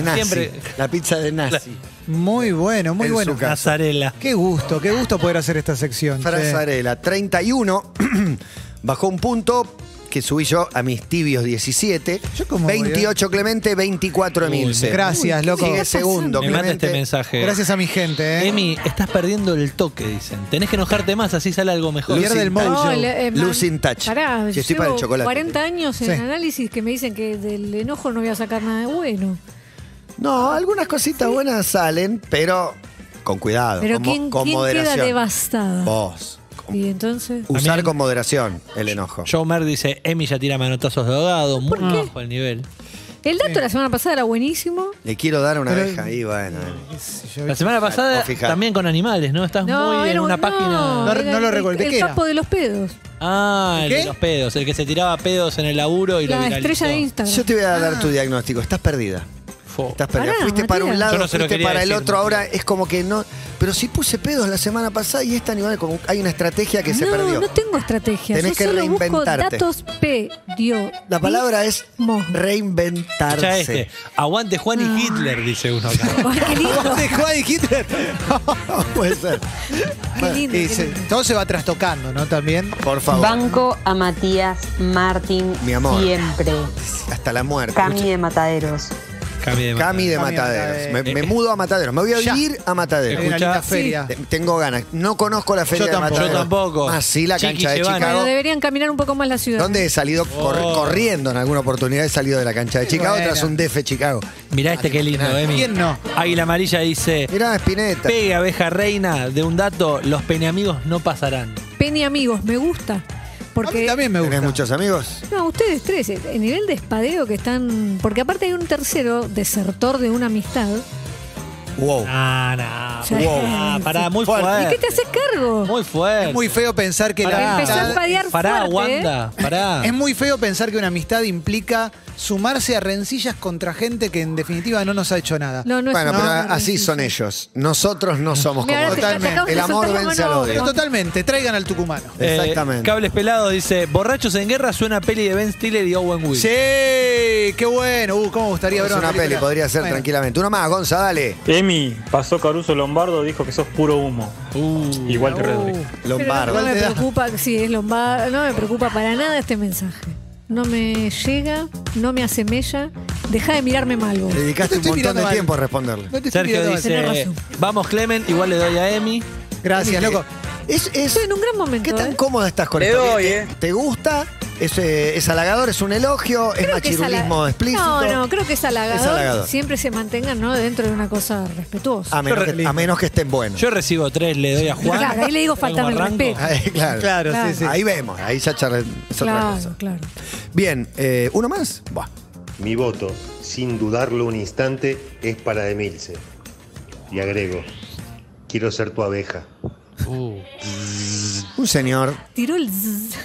[SPEAKER 2] bueno.
[SPEAKER 3] nazi.
[SPEAKER 4] Siempre-
[SPEAKER 3] La pizza de nazi.
[SPEAKER 2] Muy bueno, muy
[SPEAKER 3] En
[SPEAKER 2] bueno.
[SPEAKER 3] su casa.
[SPEAKER 4] Nazarela.
[SPEAKER 2] Qué gusto, qué gusto poder hacer esta sección. che.
[SPEAKER 3] Frazarela, 31. Bajó un punto que subí yo a mis tibios 17.
[SPEAKER 2] Yo como ¿eh?
[SPEAKER 3] 28 Clemente, 24 Emilce.
[SPEAKER 2] Gracias, loco.
[SPEAKER 3] Sigue
[SPEAKER 2] ¿Qué está
[SPEAKER 3] segundo,
[SPEAKER 4] Me manda este
[SPEAKER 3] Clemente.
[SPEAKER 4] mensaje.
[SPEAKER 2] Gracias a mi gente, ¿eh?
[SPEAKER 4] Emi, estás perdiendo el toque, dicen. Tenés que enojarte más, así sale algo mejor.
[SPEAKER 2] Pierde el mojo.
[SPEAKER 5] No, el- eh, man-
[SPEAKER 3] Losing touch.
[SPEAKER 5] Pará,
[SPEAKER 3] Sí, estoy para el
[SPEAKER 5] llevo
[SPEAKER 3] chocolate.
[SPEAKER 5] 40 años en
[SPEAKER 2] Sí.
[SPEAKER 5] análisis que me dicen que del enojo no voy a sacar nada de bueno.
[SPEAKER 3] No, algunas cositas buenas salen, pero con cuidado.
[SPEAKER 5] Pero
[SPEAKER 3] con, mo-
[SPEAKER 5] ¿quién,
[SPEAKER 3] con
[SPEAKER 5] quién queda
[SPEAKER 3] moderación.
[SPEAKER 5] devastada?
[SPEAKER 3] Vos. Con-
[SPEAKER 5] Y entonces.
[SPEAKER 3] Usar
[SPEAKER 4] También-
[SPEAKER 3] con moderación el enojo.
[SPEAKER 4] Joe Mer dice, Emi ya tira manotazos de ahogado, muy bajo el nivel.
[SPEAKER 5] El dato de la semana pasada era buenísimo.
[SPEAKER 3] Le quiero dar una
[SPEAKER 2] Pero-
[SPEAKER 3] abeja ahí, bueno.
[SPEAKER 2] Qué sé yo,
[SPEAKER 4] La semana pasada
[SPEAKER 3] o fijar.
[SPEAKER 4] también con animales, ¿no? Estás
[SPEAKER 5] No,
[SPEAKER 4] Ah, muy en
[SPEAKER 5] era un-
[SPEAKER 4] una
[SPEAKER 5] No,
[SPEAKER 4] página.
[SPEAKER 2] No,
[SPEAKER 5] era
[SPEAKER 2] no lo
[SPEAKER 5] el-
[SPEAKER 2] recuerdo.
[SPEAKER 5] El,
[SPEAKER 2] ¿Qué era?
[SPEAKER 5] capo de los pedos.
[SPEAKER 4] Ah, el de
[SPEAKER 2] ¿Qué?
[SPEAKER 4] los pedos, el que se tiraba pedos en el laburo y lo
[SPEAKER 5] La
[SPEAKER 4] viralizó.
[SPEAKER 5] estrella de Instagram.
[SPEAKER 3] Yo te voy a
[SPEAKER 5] Ah.
[SPEAKER 3] dar tu diagnóstico. Estás perdida.
[SPEAKER 4] Fo.
[SPEAKER 3] Estás perdida.
[SPEAKER 5] Pará,
[SPEAKER 3] fuiste para un
[SPEAKER 5] Matías.
[SPEAKER 3] lado,
[SPEAKER 4] Yo no se lo
[SPEAKER 3] fuiste
[SPEAKER 4] quería
[SPEAKER 3] para el
[SPEAKER 4] decir,
[SPEAKER 3] otro. Ahora
[SPEAKER 4] Matías.
[SPEAKER 3] es como que no. Pero si puse pedos la semana pasada y esta nivel como hay una estrategia que
[SPEAKER 5] no,
[SPEAKER 3] se perdió.
[SPEAKER 5] no tengo estrategia.
[SPEAKER 3] Tenés
[SPEAKER 5] Yo
[SPEAKER 3] que
[SPEAKER 5] solo busco
[SPEAKER 3] reinventarte.
[SPEAKER 5] datos periodismo.
[SPEAKER 3] La palabra es
[SPEAKER 5] Mo.
[SPEAKER 4] Escuchá
[SPEAKER 3] reinventarse.
[SPEAKER 4] este. Aguante Juan
[SPEAKER 5] Ah.
[SPEAKER 4] y Hitler, dice uno acá.
[SPEAKER 5] Ay, qué lindo,
[SPEAKER 2] De Juan y Hitler.
[SPEAKER 3] No puede ser.
[SPEAKER 5] qué lindo, qué
[SPEAKER 2] Y se-
[SPEAKER 5] lindo.
[SPEAKER 2] todo se va trastocando, ¿no? También.
[SPEAKER 3] Por favor.
[SPEAKER 12] Banco a Matías Martín
[SPEAKER 3] Mi amor.
[SPEAKER 12] siempre.
[SPEAKER 3] Hasta la muerte.
[SPEAKER 12] Cami de Mataderos.
[SPEAKER 4] Cami de Eh,
[SPEAKER 3] Cami de
[SPEAKER 2] Cami de
[SPEAKER 3] Mataderos. Me,
[SPEAKER 2] Mataderos.
[SPEAKER 3] me mudo a Mataderos. Me voy a
[SPEAKER 2] Ya. Eh,
[SPEAKER 3] vivir a Mataderos.
[SPEAKER 2] Hay una
[SPEAKER 4] Escuchá.
[SPEAKER 2] linda feria.
[SPEAKER 3] Te- Tengo ganas. No conozco la feria
[SPEAKER 2] Yo tampoco.
[SPEAKER 3] de Mataderos.
[SPEAKER 4] Yo tampoco.
[SPEAKER 3] Ah, sí, la
[SPEAKER 4] Chiqui
[SPEAKER 3] cancha de
[SPEAKER 4] Giovanni.
[SPEAKER 3] Chicago.
[SPEAKER 5] Pero deberían caminar un poco más la ciudad.
[SPEAKER 3] Donde he salido cor-
[SPEAKER 4] Oh.
[SPEAKER 3] corriendo en alguna oportunidad, he salido de la cancha de Chicago
[SPEAKER 2] buena.
[SPEAKER 3] tras un DF Chicago.
[SPEAKER 4] Mirá este qué lindo, Emi.
[SPEAKER 2] ¿Quién no?
[SPEAKER 4] Águila Amarilla dice,
[SPEAKER 3] Mirá, Spinetta.
[SPEAKER 4] pegue abeja reina de un dato, los peñamigos no pasarán.
[SPEAKER 5] Penny amigos, me gusta.
[SPEAKER 2] a mí
[SPEAKER 5] Porque
[SPEAKER 2] también me gusta.
[SPEAKER 3] ¿Tenés muchos amigos?
[SPEAKER 5] No, ustedes tres, eh, el el nivel de espadeo que están. Porque aparte hay un tercero, desertor de una amistad.
[SPEAKER 3] Wow.
[SPEAKER 4] Ah, no.
[SPEAKER 5] Sí. Wow.
[SPEAKER 4] Ah, pará, muy
[SPEAKER 3] Fuerte.
[SPEAKER 5] ¿Y
[SPEAKER 4] fuerte.
[SPEAKER 5] qué te haces cargo?
[SPEAKER 4] Muy fuerte.
[SPEAKER 2] Es muy feo pensar que
[SPEAKER 5] Pará.
[SPEAKER 2] la
[SPEAKER 5] Empezó a
[SPEAKER 2] amistad...
[SPEAKER 5] espadear
[SPEAKER 4] Pará,
[SPEAKER 5] fuerte, ¿eh?
[SPEAKER 4] Wanda, pará.
[SPEAKER 2] Es muy feo pensar que una amistad implica sumarse a rencillas contra gente que en definitiva no nos ha hecho nada.
[SPEAKER 5] No, no es
[SPEAKER 3] bueno,
[SPEAKER 5] una-
[SPEAKER 3] pero
[SPEAKER 5] no, no,
[SPEAKER 3] así
[SPEAKER 5] sí,
[SPEAKER 3] son
[SPEAKER 5] sí.
[SPEAKER 3] ellos. Nosotros no somos
[SPEAKER 5] Mirá,
[SPEAKER 3] como
[SPEAKER 5] ahora te- te
[SPEAKER 2] Totalmente.
[SPEAKER 5] acabas de
[SPEAKER 3] El amor
[SPEAKER 5] soltar la
[SPEAKER 3] vence
[SPEAKER 5] mano.
[SPEAKER 3] al odio.
[SPEAKER 2] Pero totalmente, traigan al tucumano.
[SPEAKER 4] Eh,
[SPEAKER 3] Exactamente.
[SPEAKER 4] Cables Pelados dice, borrachos en guerra suena peli de Ben Stiller y Owen Wilson.
[SPEAKER 2] Sí, qué bueno. Uh, cómo me gustaría
[SPEAKER 3] es
[SPEAKER 2] ver
[SPEAKER 3] una peli,
[SPEAKER 2] película.
[SPEAKER 3] podría ser
[SPEAKER 2] Bueno.
[SPEAKER 3] tranquilamente. Uno más, Gonza, dale.
[SPEAKER 10] Emi, pasó Caruso Lombardo, dijo que sos puro humo. Igual que Red
[SPEAKER 2] Uh,
[SPEAKER 3] Lombardo.
[SPEAKER 5] Pero no me
[SPEAKER 2] Igual te da.
[SPEAKER 5] preocupa, sí, es Lombardo, no me preocupa para nada este mensaje. No me llega, no me asemella. Deja de mirarme mal vos.
[SPEAKER 3] Le
[SPEAKER 2] Te
[SPEAKER 3] dedicaste un
[SPEAKER 2] estoy
[SPEAKER 3] montón
[SPEAKER 2] mirando
[SPEAKER 3] de
[SPEAKER 2] mal.
[SPEAKER 3] tiempo a responderle.
[SPEAKER 2] no te estoy
[SPEAKER 4] Sergio
[SPEAKER 2] mirando mal.
[SPEAKER 4] dice,
[SPEAKER 5] tenés razón.
[SPEAKER 4] vamos Clemen, igual le doy a Emi.
[SPEAKER 2] Gracias, loco.
[SPEAKER 3] Es, es-
[SPEAKER 5] Estoy en un gran momento.
[SPEAKER 3] ¿Qué tan
[SPEAKER 5] ¿eh?
[SPEAKER 3] cómoda estás con
[SPEAKER 10] Le
[SPEAKER 3] esto?
[SPEAKER 10] doy,
[SPEAKER 3] ¿Te-
[SPEAKER 10] eh.
[SPEAKER 3] ¿Te gusta? Es, eh, es halagador, es un elogio, es
[SPEAKER 5] Creo que es
[SPEAKER 3] machirulismo
[SPEAKER 5] halaga-
[SPEAKER 3] explícito.
[SPEAKER 5] No, no, creo que es halagador.
[SPEAKER 3] Es halagador. Ah,
[SPEAKER 5] Siempre se mantengan ¿no? dentro de una cosa respetuosa.
[SPEAKER 3] A menos, que, a menos que estén buenos.
[SPEAKER 4] Yo recibo tres, le doy a Juan.
[SPEAKER 5] Claro, ahí le digo,
[SPEAKER 4] ¿Algo
[SPEAKER 5] faltame el
[SPEAKER 4] arranco?
[SPEAKER 5] respeto.
[SPEAKER 3] Ahí, claro.
[SPEAKER 5] Claro, sí, Claro. sí.
[SPEAKER 3] Ahí vemos, ahí ya charla- es otra cosa.
[SPEAKER 5] Claro, claro.
[SPEAKER 3] Bien, eh, ¿uno más? Buah.
[SPEAKER 13] Mi voto, sin dudarlo un instante, es para Demilce. Y agrego, quiero ser tu abeja.
[SPEAKER 3] Un señor
[SPEAKER 5] Tiró el zzz.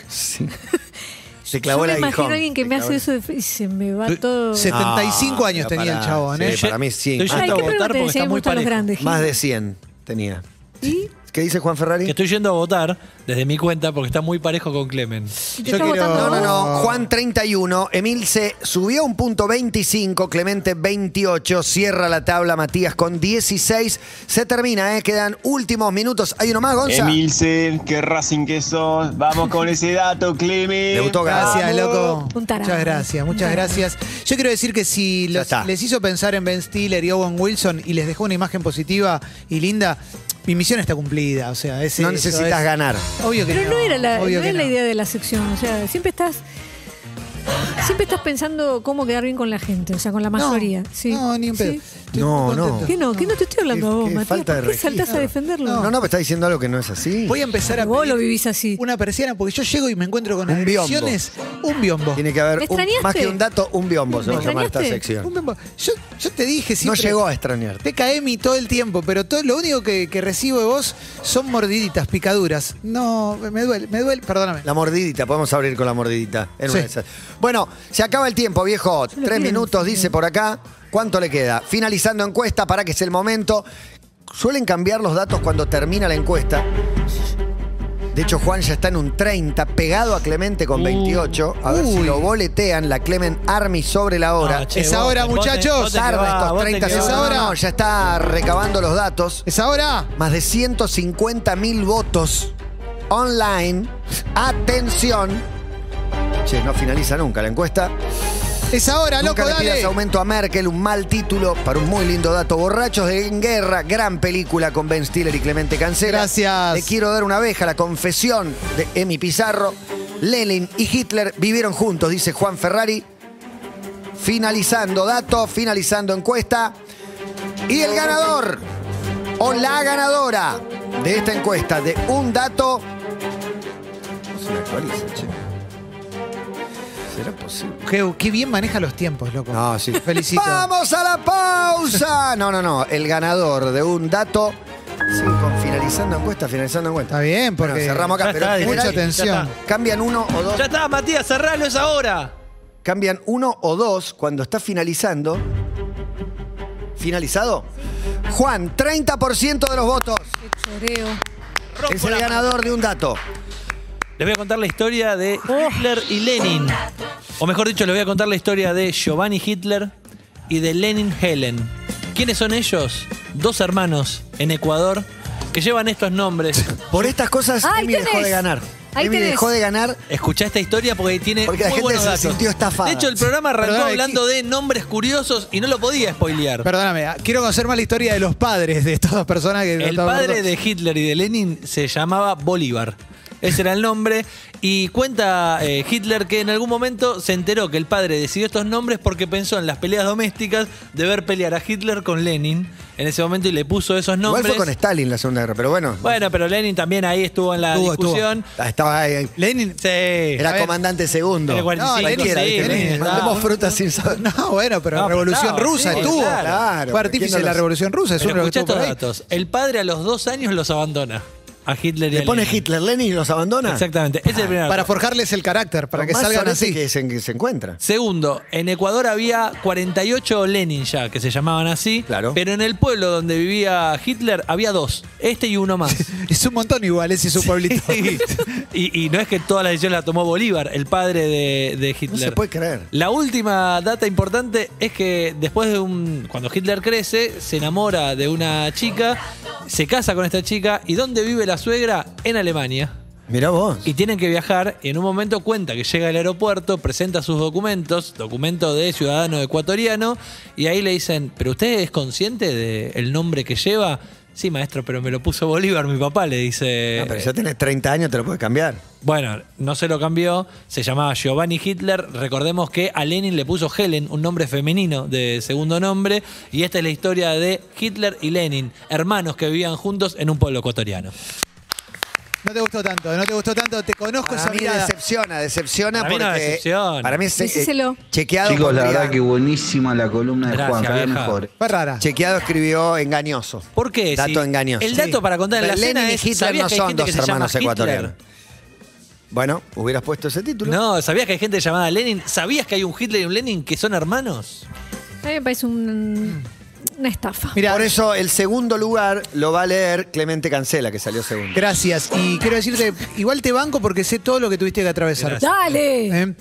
[SPEAKER 3] se
[SPEAKER 5] Yo
[SPEAKER 3] clavó
[SPEAKER 5] me
[SPEAKER 3] la
[SPEAKER 5] imagino
[SPEAKER 3] aguijón.
[SPEAKER 5] a alguien que me hace eso de- y se me va todo.
[SPEAKER 2] 75 años
[SPEAKER 3] pero
[SPEAKER 2] tenía el chabón,
[SPEAKER 3] sí,
[SPEAKER 2] ¿eh?
[SPEAKER 3] para mí sí.
[SPEAKER 4] Estoy
[SPEAKER 3] más.
[SPEAKER 4] yendo
[SPEAKER 5] Ay,
[SPEAKER 4] a
[SPEAKER 5] ¿qué
[SPEAKER 4] votar
[SPEAKER 5] pregunta
[SPEAKER 4] porque
[SPEAKER 5] si a
[SPEAKER 4] está
[SPEAKER 5] mí me
[SPEAKER 4] muy
[SPEAKER 5] gustan los
[SPEAKER 4] parejo.
[SPEAKER 5] grandes, Gil?
[SPEAKER 3] Más de 100 tenía.
[SPEAKER 5] ¿Y?
[SPEAKER 3] ¿Qué dice Juan Ferrari?
[SPEAKER 4] Que estoy yendo a votar desde mi cuenta porque está muy parejo con Clemen.
[SPEAKER 5] ¿Y te estás votando
[SPEAKER 3] No, no,
[SPEAKER 5] vos?
[SPEAKER 3] no. Juan 31, Emilce subió un punto 25, Clemente 28, cierra la tabla Matías con 16. Se termina, ¿eh? quedan últimos minutos. Hay uno más, Gonza.
[SPEAKER 14] Emilce, qué Racing que sos. Vamos con ese dato, Clemen.
[SPEAKER 3] Debutó Gago.
[SPEAKER 2] Gracias,
[SPEAKER 14] Vamos.
[SPEAKER 2] loco.
[SPEAKER 5] Un tarado.
[SPEAKER 2] Muchas gracias, muchas
[SPEAKER 5] Un tarado.
[SPEAKER 2] gracias. Yo quiero decir que si los-
[SPEAKER 3] está.
[SPEAKER 2] les hizo pensar en Ben Stiller y Owen Wilson y les dejó una imagen positiva y linda, mi misión está cumplida. O sea, ese-
[SPEAKER 3] No
[SPEAKER 2] eso
[SPEAKER 3] necesitas
[SPEAKER 2] es-
[SPEAKER 3] ganar.
[SPEAKER 2] Obvio que
[SPEAKER 5] Pero no era la,
[SPEAKER 2] obvio
[SPEAKER 5] no
[SPEAKER 2] que
[SPEAKER 5] es la
[SPEAKER 2] no.
[SPEAKER 5] idea de la sección. O sea, siempre estás. Siempre estás pensando cómo quedar bien con la gente, o sea, con la mayoría. sí.
[SPEAKER 2] No, ni un pedo.
[SPEAKER 5] Sí.
[SPEAKER 2] Estoy
[SPEAKER 3] No,
[SPEAKER 2] muy
[SPEAKER 3] no.
[SPEAKER 2] contento.
[SPEAKER 5] ¿Qué no? ¿Qué no te estoy hablando a
[SPEAKER 3] Qué-
[SPEAKER 5] vos,
[SPEAKER 3] qué
[SPEAKER 5] Matías?
[SPEAKER 3] falta de
[SPEAKER 5] ¿Por qué saltás a
[SPEAKER 3] registro.
[SPEAKER 5] defenderlo?
[SPEAKER 3] No, no, pero está diciendo algo que no es así.
[SPEAKER 2] Voy a empezar a
[SPEAKER 5] Vos
[SPEAKER 2] pedir
[SPEAKER 5] lo vivís así.
[SPEAKER 2] una persiana porque yo llego y me encuentro con
[SPEAKER 3] Un
[SPEAKER 2] las
[SPEAKER 3] biombo.
[SPEAKER 2] elecciones, un biombo.
[SPEAKER 3] Tiene que haber
[SPEAKER 5] ¿Me
[SPEAKER 3] un-
[SPEAKER 5] extrañaste?
[SPEAKER 3] más que un dato, un biombo. Se
[SPEAKER 5] ¿Me
[SPEAKER 3] va a llamar esta
[SPEAKER 5] extrañaste?
[SPEAKER 2] Un
[SPEAKER 3] sección.
[SPEAKER 2] biombo. Yo, yo te dije
[SPEAKER 3] No
[SPEAKER 2] siempre-
[SPEAKER 3] llegó a extrañarte.
[SPEAKER 2] Te cae mi todo el tiempo, pero todo, lo único que, que recibo de vos son mordiditas, picaduras. No, me duele, me duele, perdóname.
[SPEAKER 3] La mordidita, podemos abrir con la mordidita. en
[SPEAKER 2] Sí.
[SPEAKER 3] una de esas. Bueno, se acaba el tiempo, viejo.
[SPEAKER 5] lo
[SPEAKER 3] Tres
[SPEAKER 5] quiero,
[SPEAKER 3] minutos,
[SPEAKER 5] sí.
[SPEAKER 3] dice por acá. ¿Cuánto le queda? Finalizando encuesta para que es el momento. Suelen cambiar los datos cuando termina la encuesta. De hecho, Juan ya está en un 30, pegado a Clemente
[SPEAKER 4] Uh.
[SPEAKER 3] con 28. A ver si
[SPEAKER 2] Uy.
[SPEAKER 3] lo boletean la Clemen Army sobre la hora.
[SPEAKER 4] No, Ah, che,
[SPEAKER 2] Es
[SPEAKER 4] vos-
[SPEAKER 2] ahora,
[SPEAKER 4] vos te-
[SPEAKER 2] muchachos.
[SPEAKER 4] vos te
[SPEAKER 3] Tarda
[SPEAKER 4] quedás,
[SPEAKER 3] estos
[SPEAKER 4] vos te
[SPEAKER 3] 30
[SPEAKER 4] quedás.
[SPEAKER 3] segundos. No, no, ya está recabando los datos.
[SPEAKER 2] ¿Es ahora?
[SPEAKER 3] Más de 150 mil votos online. Atención. Che, no finaliza nunca la encuesta.
[SPEAKER 2] Es ahora,
[SPEAKER 3] Nunca
[SPEAKER 2] loco,
[SPEAKER 3] le pidas
[SPEAKER 2] dale.
[SPEAKER 3] aumento a Merkel, un mal título para un muy lindo dato. Borrachos de en guerra, gran película con Ben Stiller y Clemente Cancela.
[SPEAKER 2] Gracias.
[SPEAKER 3] Te quiero dar una abeja, la confesión de Emi Pizarro. Lenin y Hitler vivieron juntos, dice Juan Ferrari. Finalizando dato, finalizando encuesta. Y el ganador o la ganadora de esta encuesta de un dato. No se me actualiza, che. ¿Será posible?
[SPEAKER 2] Qué, qué bien maneja los tiempos, loco.
[SPEAKER 3] No, sí.
[SPEAKER 2] Felicito.
[SPEAKER 3] ¡Vamos a la pausa! No, no, no. El ganador de un dato. Sí, con finalizando encuesta, finalizando encuesta.
[SPEAKER 2] Está bien, porque
[SPEAKER 3] Bueno, cerramos acá,
[SPEAKER 4] Ya
[SPEAKER 3] pero
[SPEAKER 4] está,
[SPEAKER 3] en
[SPEAKER 4] mucha
[SPEAKER 3] general
[SPEAKER 2] atención.
[SPEAKER 3] Cambian uno o dos.
[SPEAKER 4] Ya está, Matías, cerralo, es ahora.
[SPEAKER 3] Cambian uno o dos cuando está finalizando. ¿Finalizado? Juan, 30% de los votos.
[SPEAKER 5] Qué choreo.
[SPEAKER 4] Rompo
[SPEAKER 3] Es el
[SPEAKER 4] la-
[SPEAKER 3] ganador de un dato.
[SPEAKER 4] Les voy a contar la historia de Hitler y Lenin. O mejor dicho, les voy a contar la historia de Giovanni Hitler y de Lenin Helen. ¿Quiénes son ellos? Dos hermanos en Ecuador que llevan estos nombres.
[SPEAKER 3] Por estas cosas,
[SPEAKER 5] Ahí
[SPEAKER 3] Emi dejó
[SPEAKER 5] tenés.
[SPEAKER 3] de ganar.
[SPEAKER 5] Ahí
[SPEAKER 3] Emi
[SPEAKER 5] tenés.
[SPEAKER 3] dejó de ganar.
[SPEAKER 4] Escuchá esta historia porque tiene
[SPEAKER 3] Porque la
[SPEAKER 4] muy
[SPEAKER 3] gente
[SPEAKER 4] buenos
[SPEAKER 3] se
[SPEAKER 4] datos.
[SPEAKER 3] sintió estafada.
[SPEAKER 4] De hecho, el programa arrancó
[SPEAKER 2] Perdóname,
[SPEAKER 4] hablando de nombres curiosos y no lo podía spoilear.
[SPEAKER 2] Perdóname, ah, quiero conocer más la historia de los padres de estas dos personas que
[SPEAKER 4] El padre de Hitler y de Lenin se llamaba Bolívar. Ese era el nombre. Y cuenta eh, Hitler que en algún momento se enteró que el padre decidió estos nombres porque pensó en las peleas domésticas de ver pelear a Hitler con Lenin en ese momento y le puso esos
[SPEAKER 3] Igual
[SPEAKER 4] nombres.
[SPEAKER 3] fue con este. Stalin la segunda guerra, pero bueno. Ah,
[SPEAKER 4] bueno, pero Lenin también ahí estuvo en la
[SPEAKER 2] Estuvo, estuvo.
[SPEAKER 4] discusión.
[SPEAKER 3] Estaba ahí.
[SPEAKER 2] Lenin.
[SPEAKER 4] Sí.
[SPEAKER 3] Era comandante segundo.
[SPEAKER 4] Eh, Era 45,
[SPEAKER 3] no, Lenin era,
[SPEAKER 4] sí,
[SPEAKER 3] ¿viste?
[SPEAKER 4] Lenin estaba.
[SPEAKER 3] Mandemos frutas sin sabor.
[SPEAKER 2] No, bueno, pero
[SPEAKER 4] No,
[SPEAKER 2] la
[SPEAKER 4] pero
[SPEAKER 2] Revolución
[SPEAKER 4] estaba,
[SPEAKER 2] Rusa
[SPEAKER 4] sí,
[SPEAKER 2] estuvo.
[SPEAKER 4] claro.
[SPEAKER 2] Fue
[SPEAKER 3] ¿quién no
[SPEAKER 2] artífice de la
[SPEAKER 3] los-
[SPEAKER 2] Revolución Rusa, es
[SPEAKER 4] Pero
[SPEAKER 2] uno que
[SPEAKER 4] escuchá
[SPEAKER 2] estuvo
[SPEAKER 4] estos
[SPEAKER 2] por ahí.
[SPEAKER 4] datos. El padre a los dos años los abandona a Hitler y
[SPEAKER 3] ¿Le
[SPEAKER 4] a
[SPEAKER 3] pone
[SPEAKER 4] Lenin.
[SPEAKER 3] Hitler Lenin y los abandona?
[SPEAKER 4] Exactamente. Ese es el primer
[SPEAKER 2] Para forjarles el carácter, para
[SPEAKER 3] Lo
[SPEAKER 2] que
[SPEAKER 3] más
[SPEAKER 2] salgan
[SPEAKER 3] sonante
[SPEAKER 2] así.
[SPEAKER 3] Que se, que se encuentra.
[SPEAKER 4] Segundo, en Ecuador había 48 Lenin ya, que se llamaban así.
[SPEAKER 3] Claro.
[SPEAKER 4] Pero en el pueblo donde vivía Hitler había dos, este y uno más.
[SPEAKER 2] Es un montón igual, ese es un pueblito.
[SPEAKER 4] y, y no es que todas las decisiones las tomó Bolívar, el padre de, de Hitler.
[SPEAKER 3] No se puede creer.
[SPEAKER 4] La última data importante es que después de un. Cuando Hitler crece, se enamora de una chica, se casa con esta chica. ¿Y dónde vive la suegra? En Alemania.
[SPEAKER 3] Mirá vos.
[SPEAKER 4] Y tienen que viajar. Y en un momento cuenta que llega al aeropuerto, presenta sus documentos, documento de ciudadano ecuatoriano, y ahí le dicen, ¿pero usted es consciente del nombre que lleva? Sí, maestro, pero me lo puso Bolívar, mi papá, le dice. Eh,
[SPEAKER 3] Ah, pero ya tenés 30 años, te lo puedes cambiar.
[SPEAKER 4] Bueno, no se lo cambió, se llamaba Giovanni Hitler. Recordemos que a Lenin le puso Helen, un nombre femenino de segundo nombre, y esta es la historia de Hitler y Lenin, hermanos que vivían juntos en un pueblo ecuatoriano.
[SPEAKER 2] No te gustó tanto, no te gustó tanto, te conozco
[SPEAKER 3] Para
[SPEAKER 2] esa
[SPEAKER 3] mí
[SPEAKER 2] mirada.
[SPEAKER 3] decepciona, decepciona
[SPEAKER 4] Para mí no
[SPEAKER 3] porque.
[SPEAKER 4] decepciona.
[SPEAKER 3] Para mí es eh,
[SPEAKER 2] Decíselo.
[SPEAKER 3] chequeado.
[SPEAKER 9] Chicos, la
[SPEAKER 3] podría-
[SPEAKER 9] verdad que buenísima la columna de
[SPEAKER 4] Gracias,
[SPEAKER 9] Juan, cada vez
[SPEAKER 4] vieja.
[SPEAKER 9] mejor. ¿eh?
[SPEAKER 2] Fue rara.
[SPEAKER 3] Chequeado escribió engañoso.
[SPEAKER 4] ¿Por qué?
[SPEAKER 3] Dato
[SPEAKER 4] Si
[SPEAKER 3] engañoso.
[SPEAKER 4] El dato para contar en la
[SPEAKER 3] Lenin
[SPEAKER 4] cena
[SPEAKER 3] y
[SPEAKER 4] es,
[SPEAKER 3] Hitler
[SPEAKER 4] ¿sabías
[SPEAKER 3] no
[SPEAKER 4] que hay
[SPEAKER 3] son
[SPEAKER 4] gente
[SPEAKER 3] dos
[SPEAKER 4] que se llama
[SPEAKER 3] hermanos
[SPEAKER 4] Hitler?
[SPEAKER 3] ecuatorianos. Bueno, hubieras puesto ese título.
[SPEAKER 4] No, ¿sabías que hay gente llamada Lenin? ¿Sabías que hay un Hitler y un Lenin que son hermanos?
[SPEAKER 5] A mí me parece un-
[SPEAKER 2] Mm.
[SPEAKER 5] una estafa.
[SPEAKER 3] Por eso el segundo lugar lo va a leer Clemente Cancela, que salió segundo.
[SPEAKER 2] Gracias. Y quiero decirte, igual te banco porque sé todo lo que tuviste que atravesar.
[SPEAKER 4] Gracias.
[SPEAKER 5] ¡Dale!
[SPEAKER 2] ¿Eh?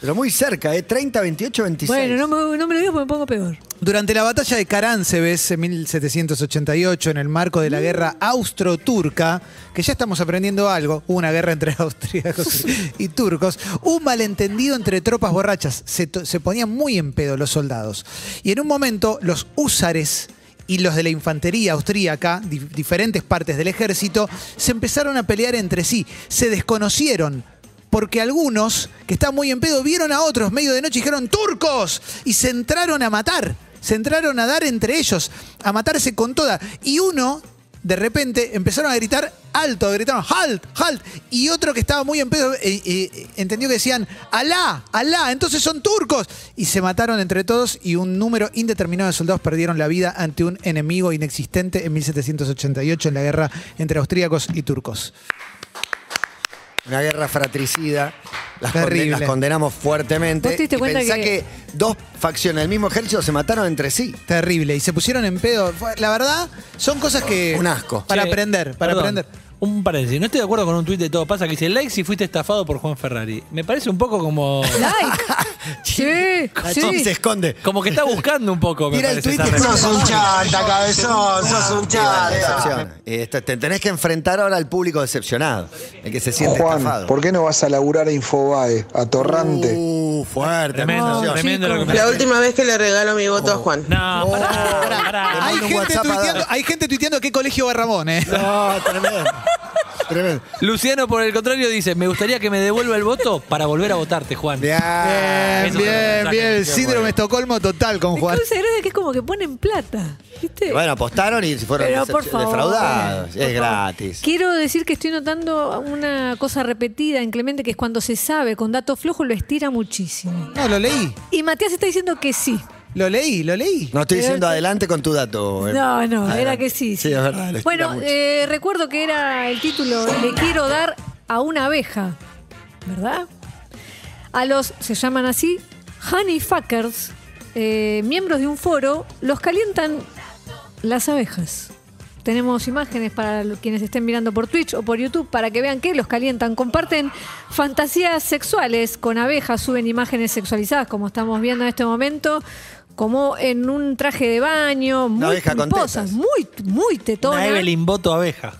[SPEAKER 3] Pero muy cerca, ¿eh? 30, 28, 26.
[SPEAKER 5] Bueno, no me, no me lo digas porque me pongo peor.
[SPEAKER 2] Durante la batalla de Caránsebes en 1788, en el marco de la guerra austro-turca, que ya estamos aprendiendo algo, hubo una guerra entre austríacos y turcos, un malentendido entre tropas borrachas. Se, to- se ponían muy en pedo los soldados. Y en un momento, los húsares y los de la infantería austríaca, di- diferentes partes del ejército, se empezaron a pelear entre sí. Se desconocieron. Porque algunos, que estaban muy en pedo, vieron a otros medio de noche y dijeron ¡Turcos! Y se entraron a matar. Se entraron a dar entre ellos, a matarse con toda. Y uno, de repente, empezaron a gritar alto, gritaron ¡Halt! ¡Halt! Y otro que estaba muy en pedo eh, eh, entendió que decían ¡Alá! ¡Alá! Entonces son turcos. Y se mataron entre todos y un número indeterminado de soldados perdieron la vida ante un enemigo inexistente en 1788 en la guerra entre austríacos y turcos.
[SPEAKER 3] Una guerra fratricida. Las,
[SPEAKER 2] Terrible.
[SPEAKER 3] conden- las condenamos fuertemente.
[SPEAKER 5] ¿Vos te diste
[SPEAKER 3] Y
[SPEAKER 5] cuenta
[SPEAKER 3] pensá
[SPEAKER 5] que-
[SPEAKER 3] que dos facciones del mismo ejército se mataron entre sí.
[SPEAKER 2] Terrible. Y se pusieron en pedo. Fue- La verdad, son cosas que.
[SPEAKER 3] Un asco.
[SPEAKER 2] Para
[SPEAKER 4] Che,
[SPEAKER 2] aprender, para
[SPEAKER 4] perdón,
[SPEAKER 2] aprender.
[SPEAKER 4] Un paréntesis, no estoy de acuerdo con un tuit de todo pasa que dice like si fuiste estafado por Juan Ferrari. Me parece un poco como.
[SPEAKER 2] Ah,
[SPEAKER 5] ¡Like! sí,
[SPEAKER 3] Chip se
[SPEAKER 5] sí.
[SPEAKER 3] esconde.
[SPEAKER 4] como que está buscando un poco, me
[SPEAKER 3] Mira el
[SPEAKER 4] parece.
[SPEAKER 3] tuit
[SPEAKER 4] esa
[SPEAKER 3] y-
[SPEAKER 4] respuesta.
[SPEAKER 9] chanta, cabezón, sos un
[SPEAKER 3] Y bueno, decepciona. Y esto- te tenés que enfrentar ahora al público decepcionado, el que se siente estafado.
[SPEAKER 15] qué no vas a laburar a Infobae, a
[SPEAKER 3] Uh, fuerte.
[SPEAKER 4] Tremendo,
[SPEAKER 3] acusación.
[SPEAKER 4] tremendo lo que me
[SPEAKER 16] La última vez que le regalo mi voto a Juan.
[SPEAKER 4] No, pará, pará, pará.
[SPEAKER 2] Oh. Hay
[SPEAKER 3] mando un
[SPEAKER 2] gente,
[SPEAKER 3] WhatsApp a
[SPEAKER 2] tuiteando,
[SPEAKER 3] dar.
[SPEAKER 2] hay gente tuiteando qué colegio va Ramón, ¿eh?
[SPEAKER 3] No, tremendo. tremendo.
[SPEAKER 4] Luciano, por el contrario, dice: Me gustaría que me devuelva el voto para volver a votarte, Juan.
[SPEAKER 3] Bien,
[SPEAKER 2] Bien,
[SPEAKER 4] Eso es un
[SPEAKER 2] bien,
[SPEAKER 4] mensaje
[SPEAKER 2] bien.
[SPEAKER 4] que
[SPEAKER 2] Síndrome de Estocolmo total con Juan.
[SPEAKER 5] Entonces, gracias que es como que ponen plata. ¿Viste?
[SPEAKER 3] Bueno, apostaron y fueron
[SPEAKER 5] Pero,
[SPEAKER 3] decep-
[SPEAKER 5] por favor,
[SPEAKER 3] defraudados.
[SPEAKER 5] por
[SPEAKER 3] Es gratis.
[SPEAKER 5] Quiero decir que estoy notando una cosa repetida en Clemente, que es cuando se sabe con datos flojos lo estira muchísimo.
[SPEAKER 2] No, lo leí.
[SPEAKER 5] Y Matías está diciendo que sí.
[SPEAKER 2] Lo leí, lo leí.
[SPEAKER 3] No estoy
[SPEAKER 5] Pero
[SPEAKER 3] diciendo
[SPEAKER 5] te-
[SPEAKER 3] adelante con tu dato. eh.
[SPEAKER 5] No, no, era
[SPEAKER 3] Adelante.
[SPEAKER 5] que sí.
[SPEAKER 3] Sí, es verdad. lo estira
[SPEAKER 5] Bueno,
[SPEAKER 3] mucho.
[SPEAKER 5] eh, recuerdo que era el título Le quiero dar a una abeja, ¿verdad? A los, se llaman así, honey fuckers, eh, miembros de un foro, los calientan las abejas. Tenemos imágenes para lo- quienes estén mirando por Twitch o por YouTube para que vean que los calientan. Comparten fantasías sexuales con abejas, suben imágenes sexualizadas como estamos viendo en este momento, como en un traje de baño, muy
[SPEAKER 3] abeja con
[SPEAKER 5] pomposas,
[SPEAKER 3] tetas.
[SPEAKER 5] muy, muy
[SPEAKER 4] Una
[SPEAKER 5] tetona.
[SPEAKER 4] Evelyn voto abeja.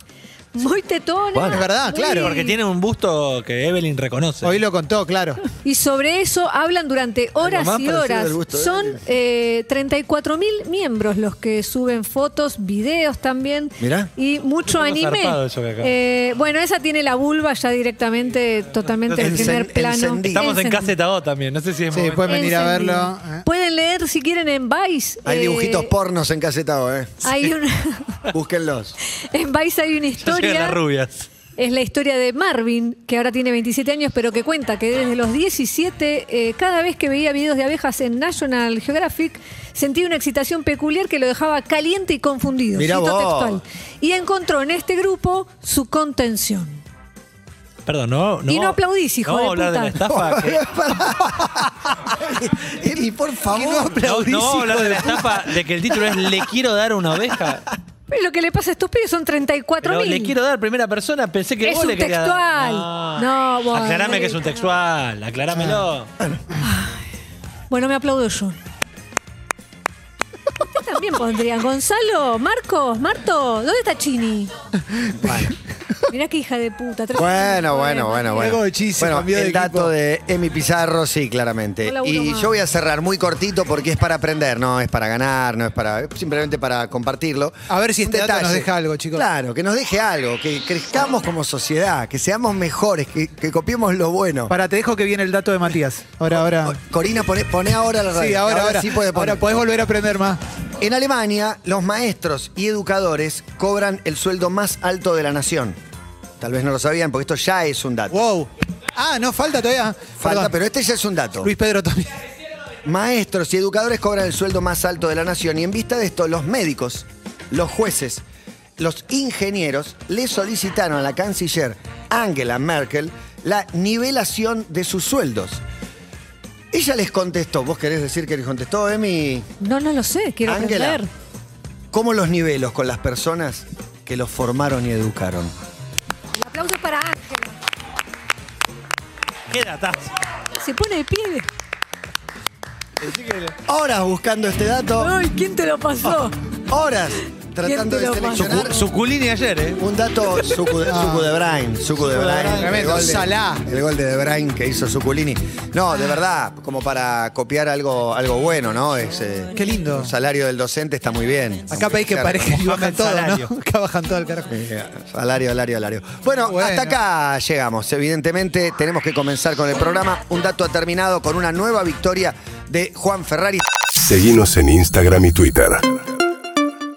[SPEAKER 5] Muy tetona.
[SPEAKER 3] Bueno,
[SPEAKER 2] es verdad,
[SPEAKER 5] muy-
[SPEAKER 2] claro.
[SPEAKER 4] Porque tiene un busto que Evelyn reconoce.
[SPEAKER 2] Hoy lo contó, claro.
[SPEAKER 5] Y sobre eso hablan durante horas
[SPEAKER 3] más
[SPEAKER 5] y
[SPEAKER 3] parecido
[SPEAKER 5] horas.
[SPEAKER 3] del gusto de
[SPEAKER 5] Son
[SPEAKER 3] Evelyn.
[SPEAKER 5] eh, 34 mil miembros los que suben fotos, videos también.
[SPEAKER 3] Mirá.
[SPEAKER 5] Y mucho
[SPEAKER 4] Es un poco
[SPEAKER 5] anime.
[SPEAKER 4] zarpado eso que acá.
[SPEAKER 5] Eh, bueno, esa tiene la vulva ya directamente totalmente en
[SPEAKER 3] Encen-
[SPEAKER 5] primer plano.
[SPEAKER 3] encendida.
[SPEAKER 4] Estamos en
[SPEAKER 5] Encendida.
[SPEAKER 4] caseta O también, no sé si es
[SPEAKER 2] Sí,
[SPEAKER 4] momento.
[SPEAKER 2] pueden venir a verlo.
[SPEAKER 5] Encendida.
[SPEAKER 2] ¿eh?
[SPEAKER 5] Pueden leer si quieren en Vice.
[SPEAKER 3] Hay
[SPEAKER 5] eh,
[SPEAKER 3] dibujitos pornos en casetado, ¿eh?
[SPEAKER 5] hay una-
[SPEAKER 3] Búsquenlos.
[SPEAKER 5] en Vice hay una
[SPEAKER 4] Ya llegan
[SPEAKER 5] historia.
[SPEAKER 4] las rubias.
[SPEAKER 5] Es la historia de Marvin, que ahora tiene 27 años, pero que cuenta que desde los 17, eh, cada vez que veía videos de abejas en National Geographic, sentía una excitación peculiar que lo dejaba caliente y confundido.
[SPEAKER 3] Mirá
[SPEAKER 5] Cito
[SPEAKER 3] vos.
[SPEAKER 5] textual. Y encontró en este grupo su contención.
[SPEAKER 4] Perdón, no.
[SPEAKER 5] Y no aplaudís, hijo
[SPEAKER 4] no,
[SPEAKER 5] de
[SPEAKER 4] vamos a hablar de la
[SPEAKER 5] puta.
[SPEAKER 4] estafa. que-
[SPEAKER 2] Uh,
[SPEAKER 3] Eli, por favor.
[SPEAKER 4] no, no vamos a hablar de la estafa de que el título es Le quiero dar una oveja.
[SPEAKER 5] Pero lo que le pasa a estos pibes son 34
[SPEAKER 4] Pero le
[SPEAKER 5] mil.
[SPEAKER 4] quiero dar primera persona, pensé que
[SPEAKER 5] Es
[SPEAKER 4] vos
[SPEAKER 5] un
[SPEAKER 4] le querías
[SPEAKER 5] textual.
[SPEAKER 4] dar.
[SPEAKER 5] No, vos,
[SPEAKER 4] Aclarame que es un
[SPEAKER 5] Ricardo.
[SPEAKER 4] textual, aclarámelo.
[SPEAKER 2] Ah.
[SPEAKER 5] Bueno, me aplaudo yo. Ustedes también pondrían. Gonzalo, Marcos, Marto, ¿dónde está Chini? Mirá qué hija de puta. tres
[SPEAKER 3] Bueno,
[SPEAKER 5] millones de
[SPEAKER 3] bueno, bueno,
[SPEAKER 5] problemas.
[SPEAKER 3] bueno.
[SPEAKER 2] Luego de Chise
[SPEAKER 3] Bueno,
[SPEAKER 2] cambió de
[SPEAKER 3] el
[SPEAKER 2] equipo.
[SPEAKER 3] dato de Emi Pizarro, sí, claramente.
[SPEAKER 5] Hola, uno
[SPEAKER 3] Y
[SPEAKER 5] más.
[SPEAKER 3] yo voy a cerrar muy cortito porque es para aprender, no es para ganar, no es para. es simplemente para compartirlo.
[SPEAKER 2] A ver si
[SPEAKER 3] Un
[SPEAKER 2] este dato nos
[SPEAKER 3] detalle.
[SPEAKER 2] deja algo, chicos.
[SPEAKER 3] Claro, que nos deje algo, que crezcamos como sociedad, que seamos mejores, que, que copiemos lo bueno.
[SPEAKER 2] Para, te dejo que viene el dato de Matías. Ahora, ahora.
[SPEAKER 3] Corina, pone, pone ahora la radio.
[SPEAKER 2] Sí, ahora, ahora.
[SPEAKER 3] sí puede poner.
[SPEAKER 2] ahora podés volver a aprender más.
[SPEAKER 3] En Alemania, los maestros y educadores cobran el sueldo más alto de la nación. Tal vez no lo sabían, porque esto ya es un dato.
[SPEAKER 2] Wow. Ah, no, falta todavía.
[SPEAKER 3] Falta,
[SPEAKER 2] Perdón.
[SPEAKER 3] pero este ya es un dato.
[SPEAKER 2] Luis Pedro también.
[SPEAKER 3] Maestros y educadores cobran el sueldo más alto de la nación y en vista de esto los médicos, los jueces, los ingenieros le solicitaron a la canciller Angela Merkel la nivelación de sus sueldos. Ella les contestó, vos querés decir que les contestó, Emi,
[SPEAKER 5] No, no lo sé, quiero
[SPEAKER 3] Ángela.
[SPEAKER 5] aprender.
[SPEAKER 3] ¿cómo los nivelos con las personas que los formaron y educaron?
[SPEAKER 5] El aplauso para Ángela.
[SPEAKER 4] ¿Qué datazo?
[SPEAKER 5] Se pone de pie.
[SPEAKER 3] Horas buscando este dato,
[SPEAKER 5] Ay, ¿quién te lo
[SPEAKER 3] Oh.
[SPEAKER 5] pasó?
[SPEAKER 3] horas
[SPEAKER 5] ¿Quién
[SPEAKER 3] tratando
[SPEAKER 5] te
[SPEAKER 3] de
[SPEAKER 5] lo
[SPEAKER 3] seleccionar
[SPEAKER 4] Suculini ayer, ¿eh?
[SPEAKER 3] Un dato Sucu
[SPEAKER 2] Ah.
[SPEAKER 3] de, Sucu de Brain. Sucu de Brain. El
[SPEAKER 2] Tremendo.
[SPEAKER 3] gol de-
[SPEAKER 2] Salá.
[SPEAKER 3] El gol de De Brain que hizo Suculini. No, de verdad, como para copiar algo, algo bueno, ¿no? Es, eh,
[SPEAKER 2] Qué lindo.
[SPEAKER 3] El salario del docente está muy bien.
[SPEAKER 2] Acá pedís que
[SPEAKER 3] Claro.
[SPEAKER 2] parezca que bajan
[SPEAKER 4] bajan
[SPEAKER 2] todo,
[SPEAKER 4] salario.
[SPEAKER 2] ¿no? Acá bajan todo el carajo.
[SPEAKER 3] Eh, Salario, salario, salario. Bueno,
[SPEAKER 2] Bueno.
[SPEAKER 3] hasta acá llegamos. Evidentemente, tenemos que comenzar con el programa. Un dato ha terminado con una nueva victoria de Juan Ferrari.
[SPEAKER 17] Seguimos en Instagram y Twitter.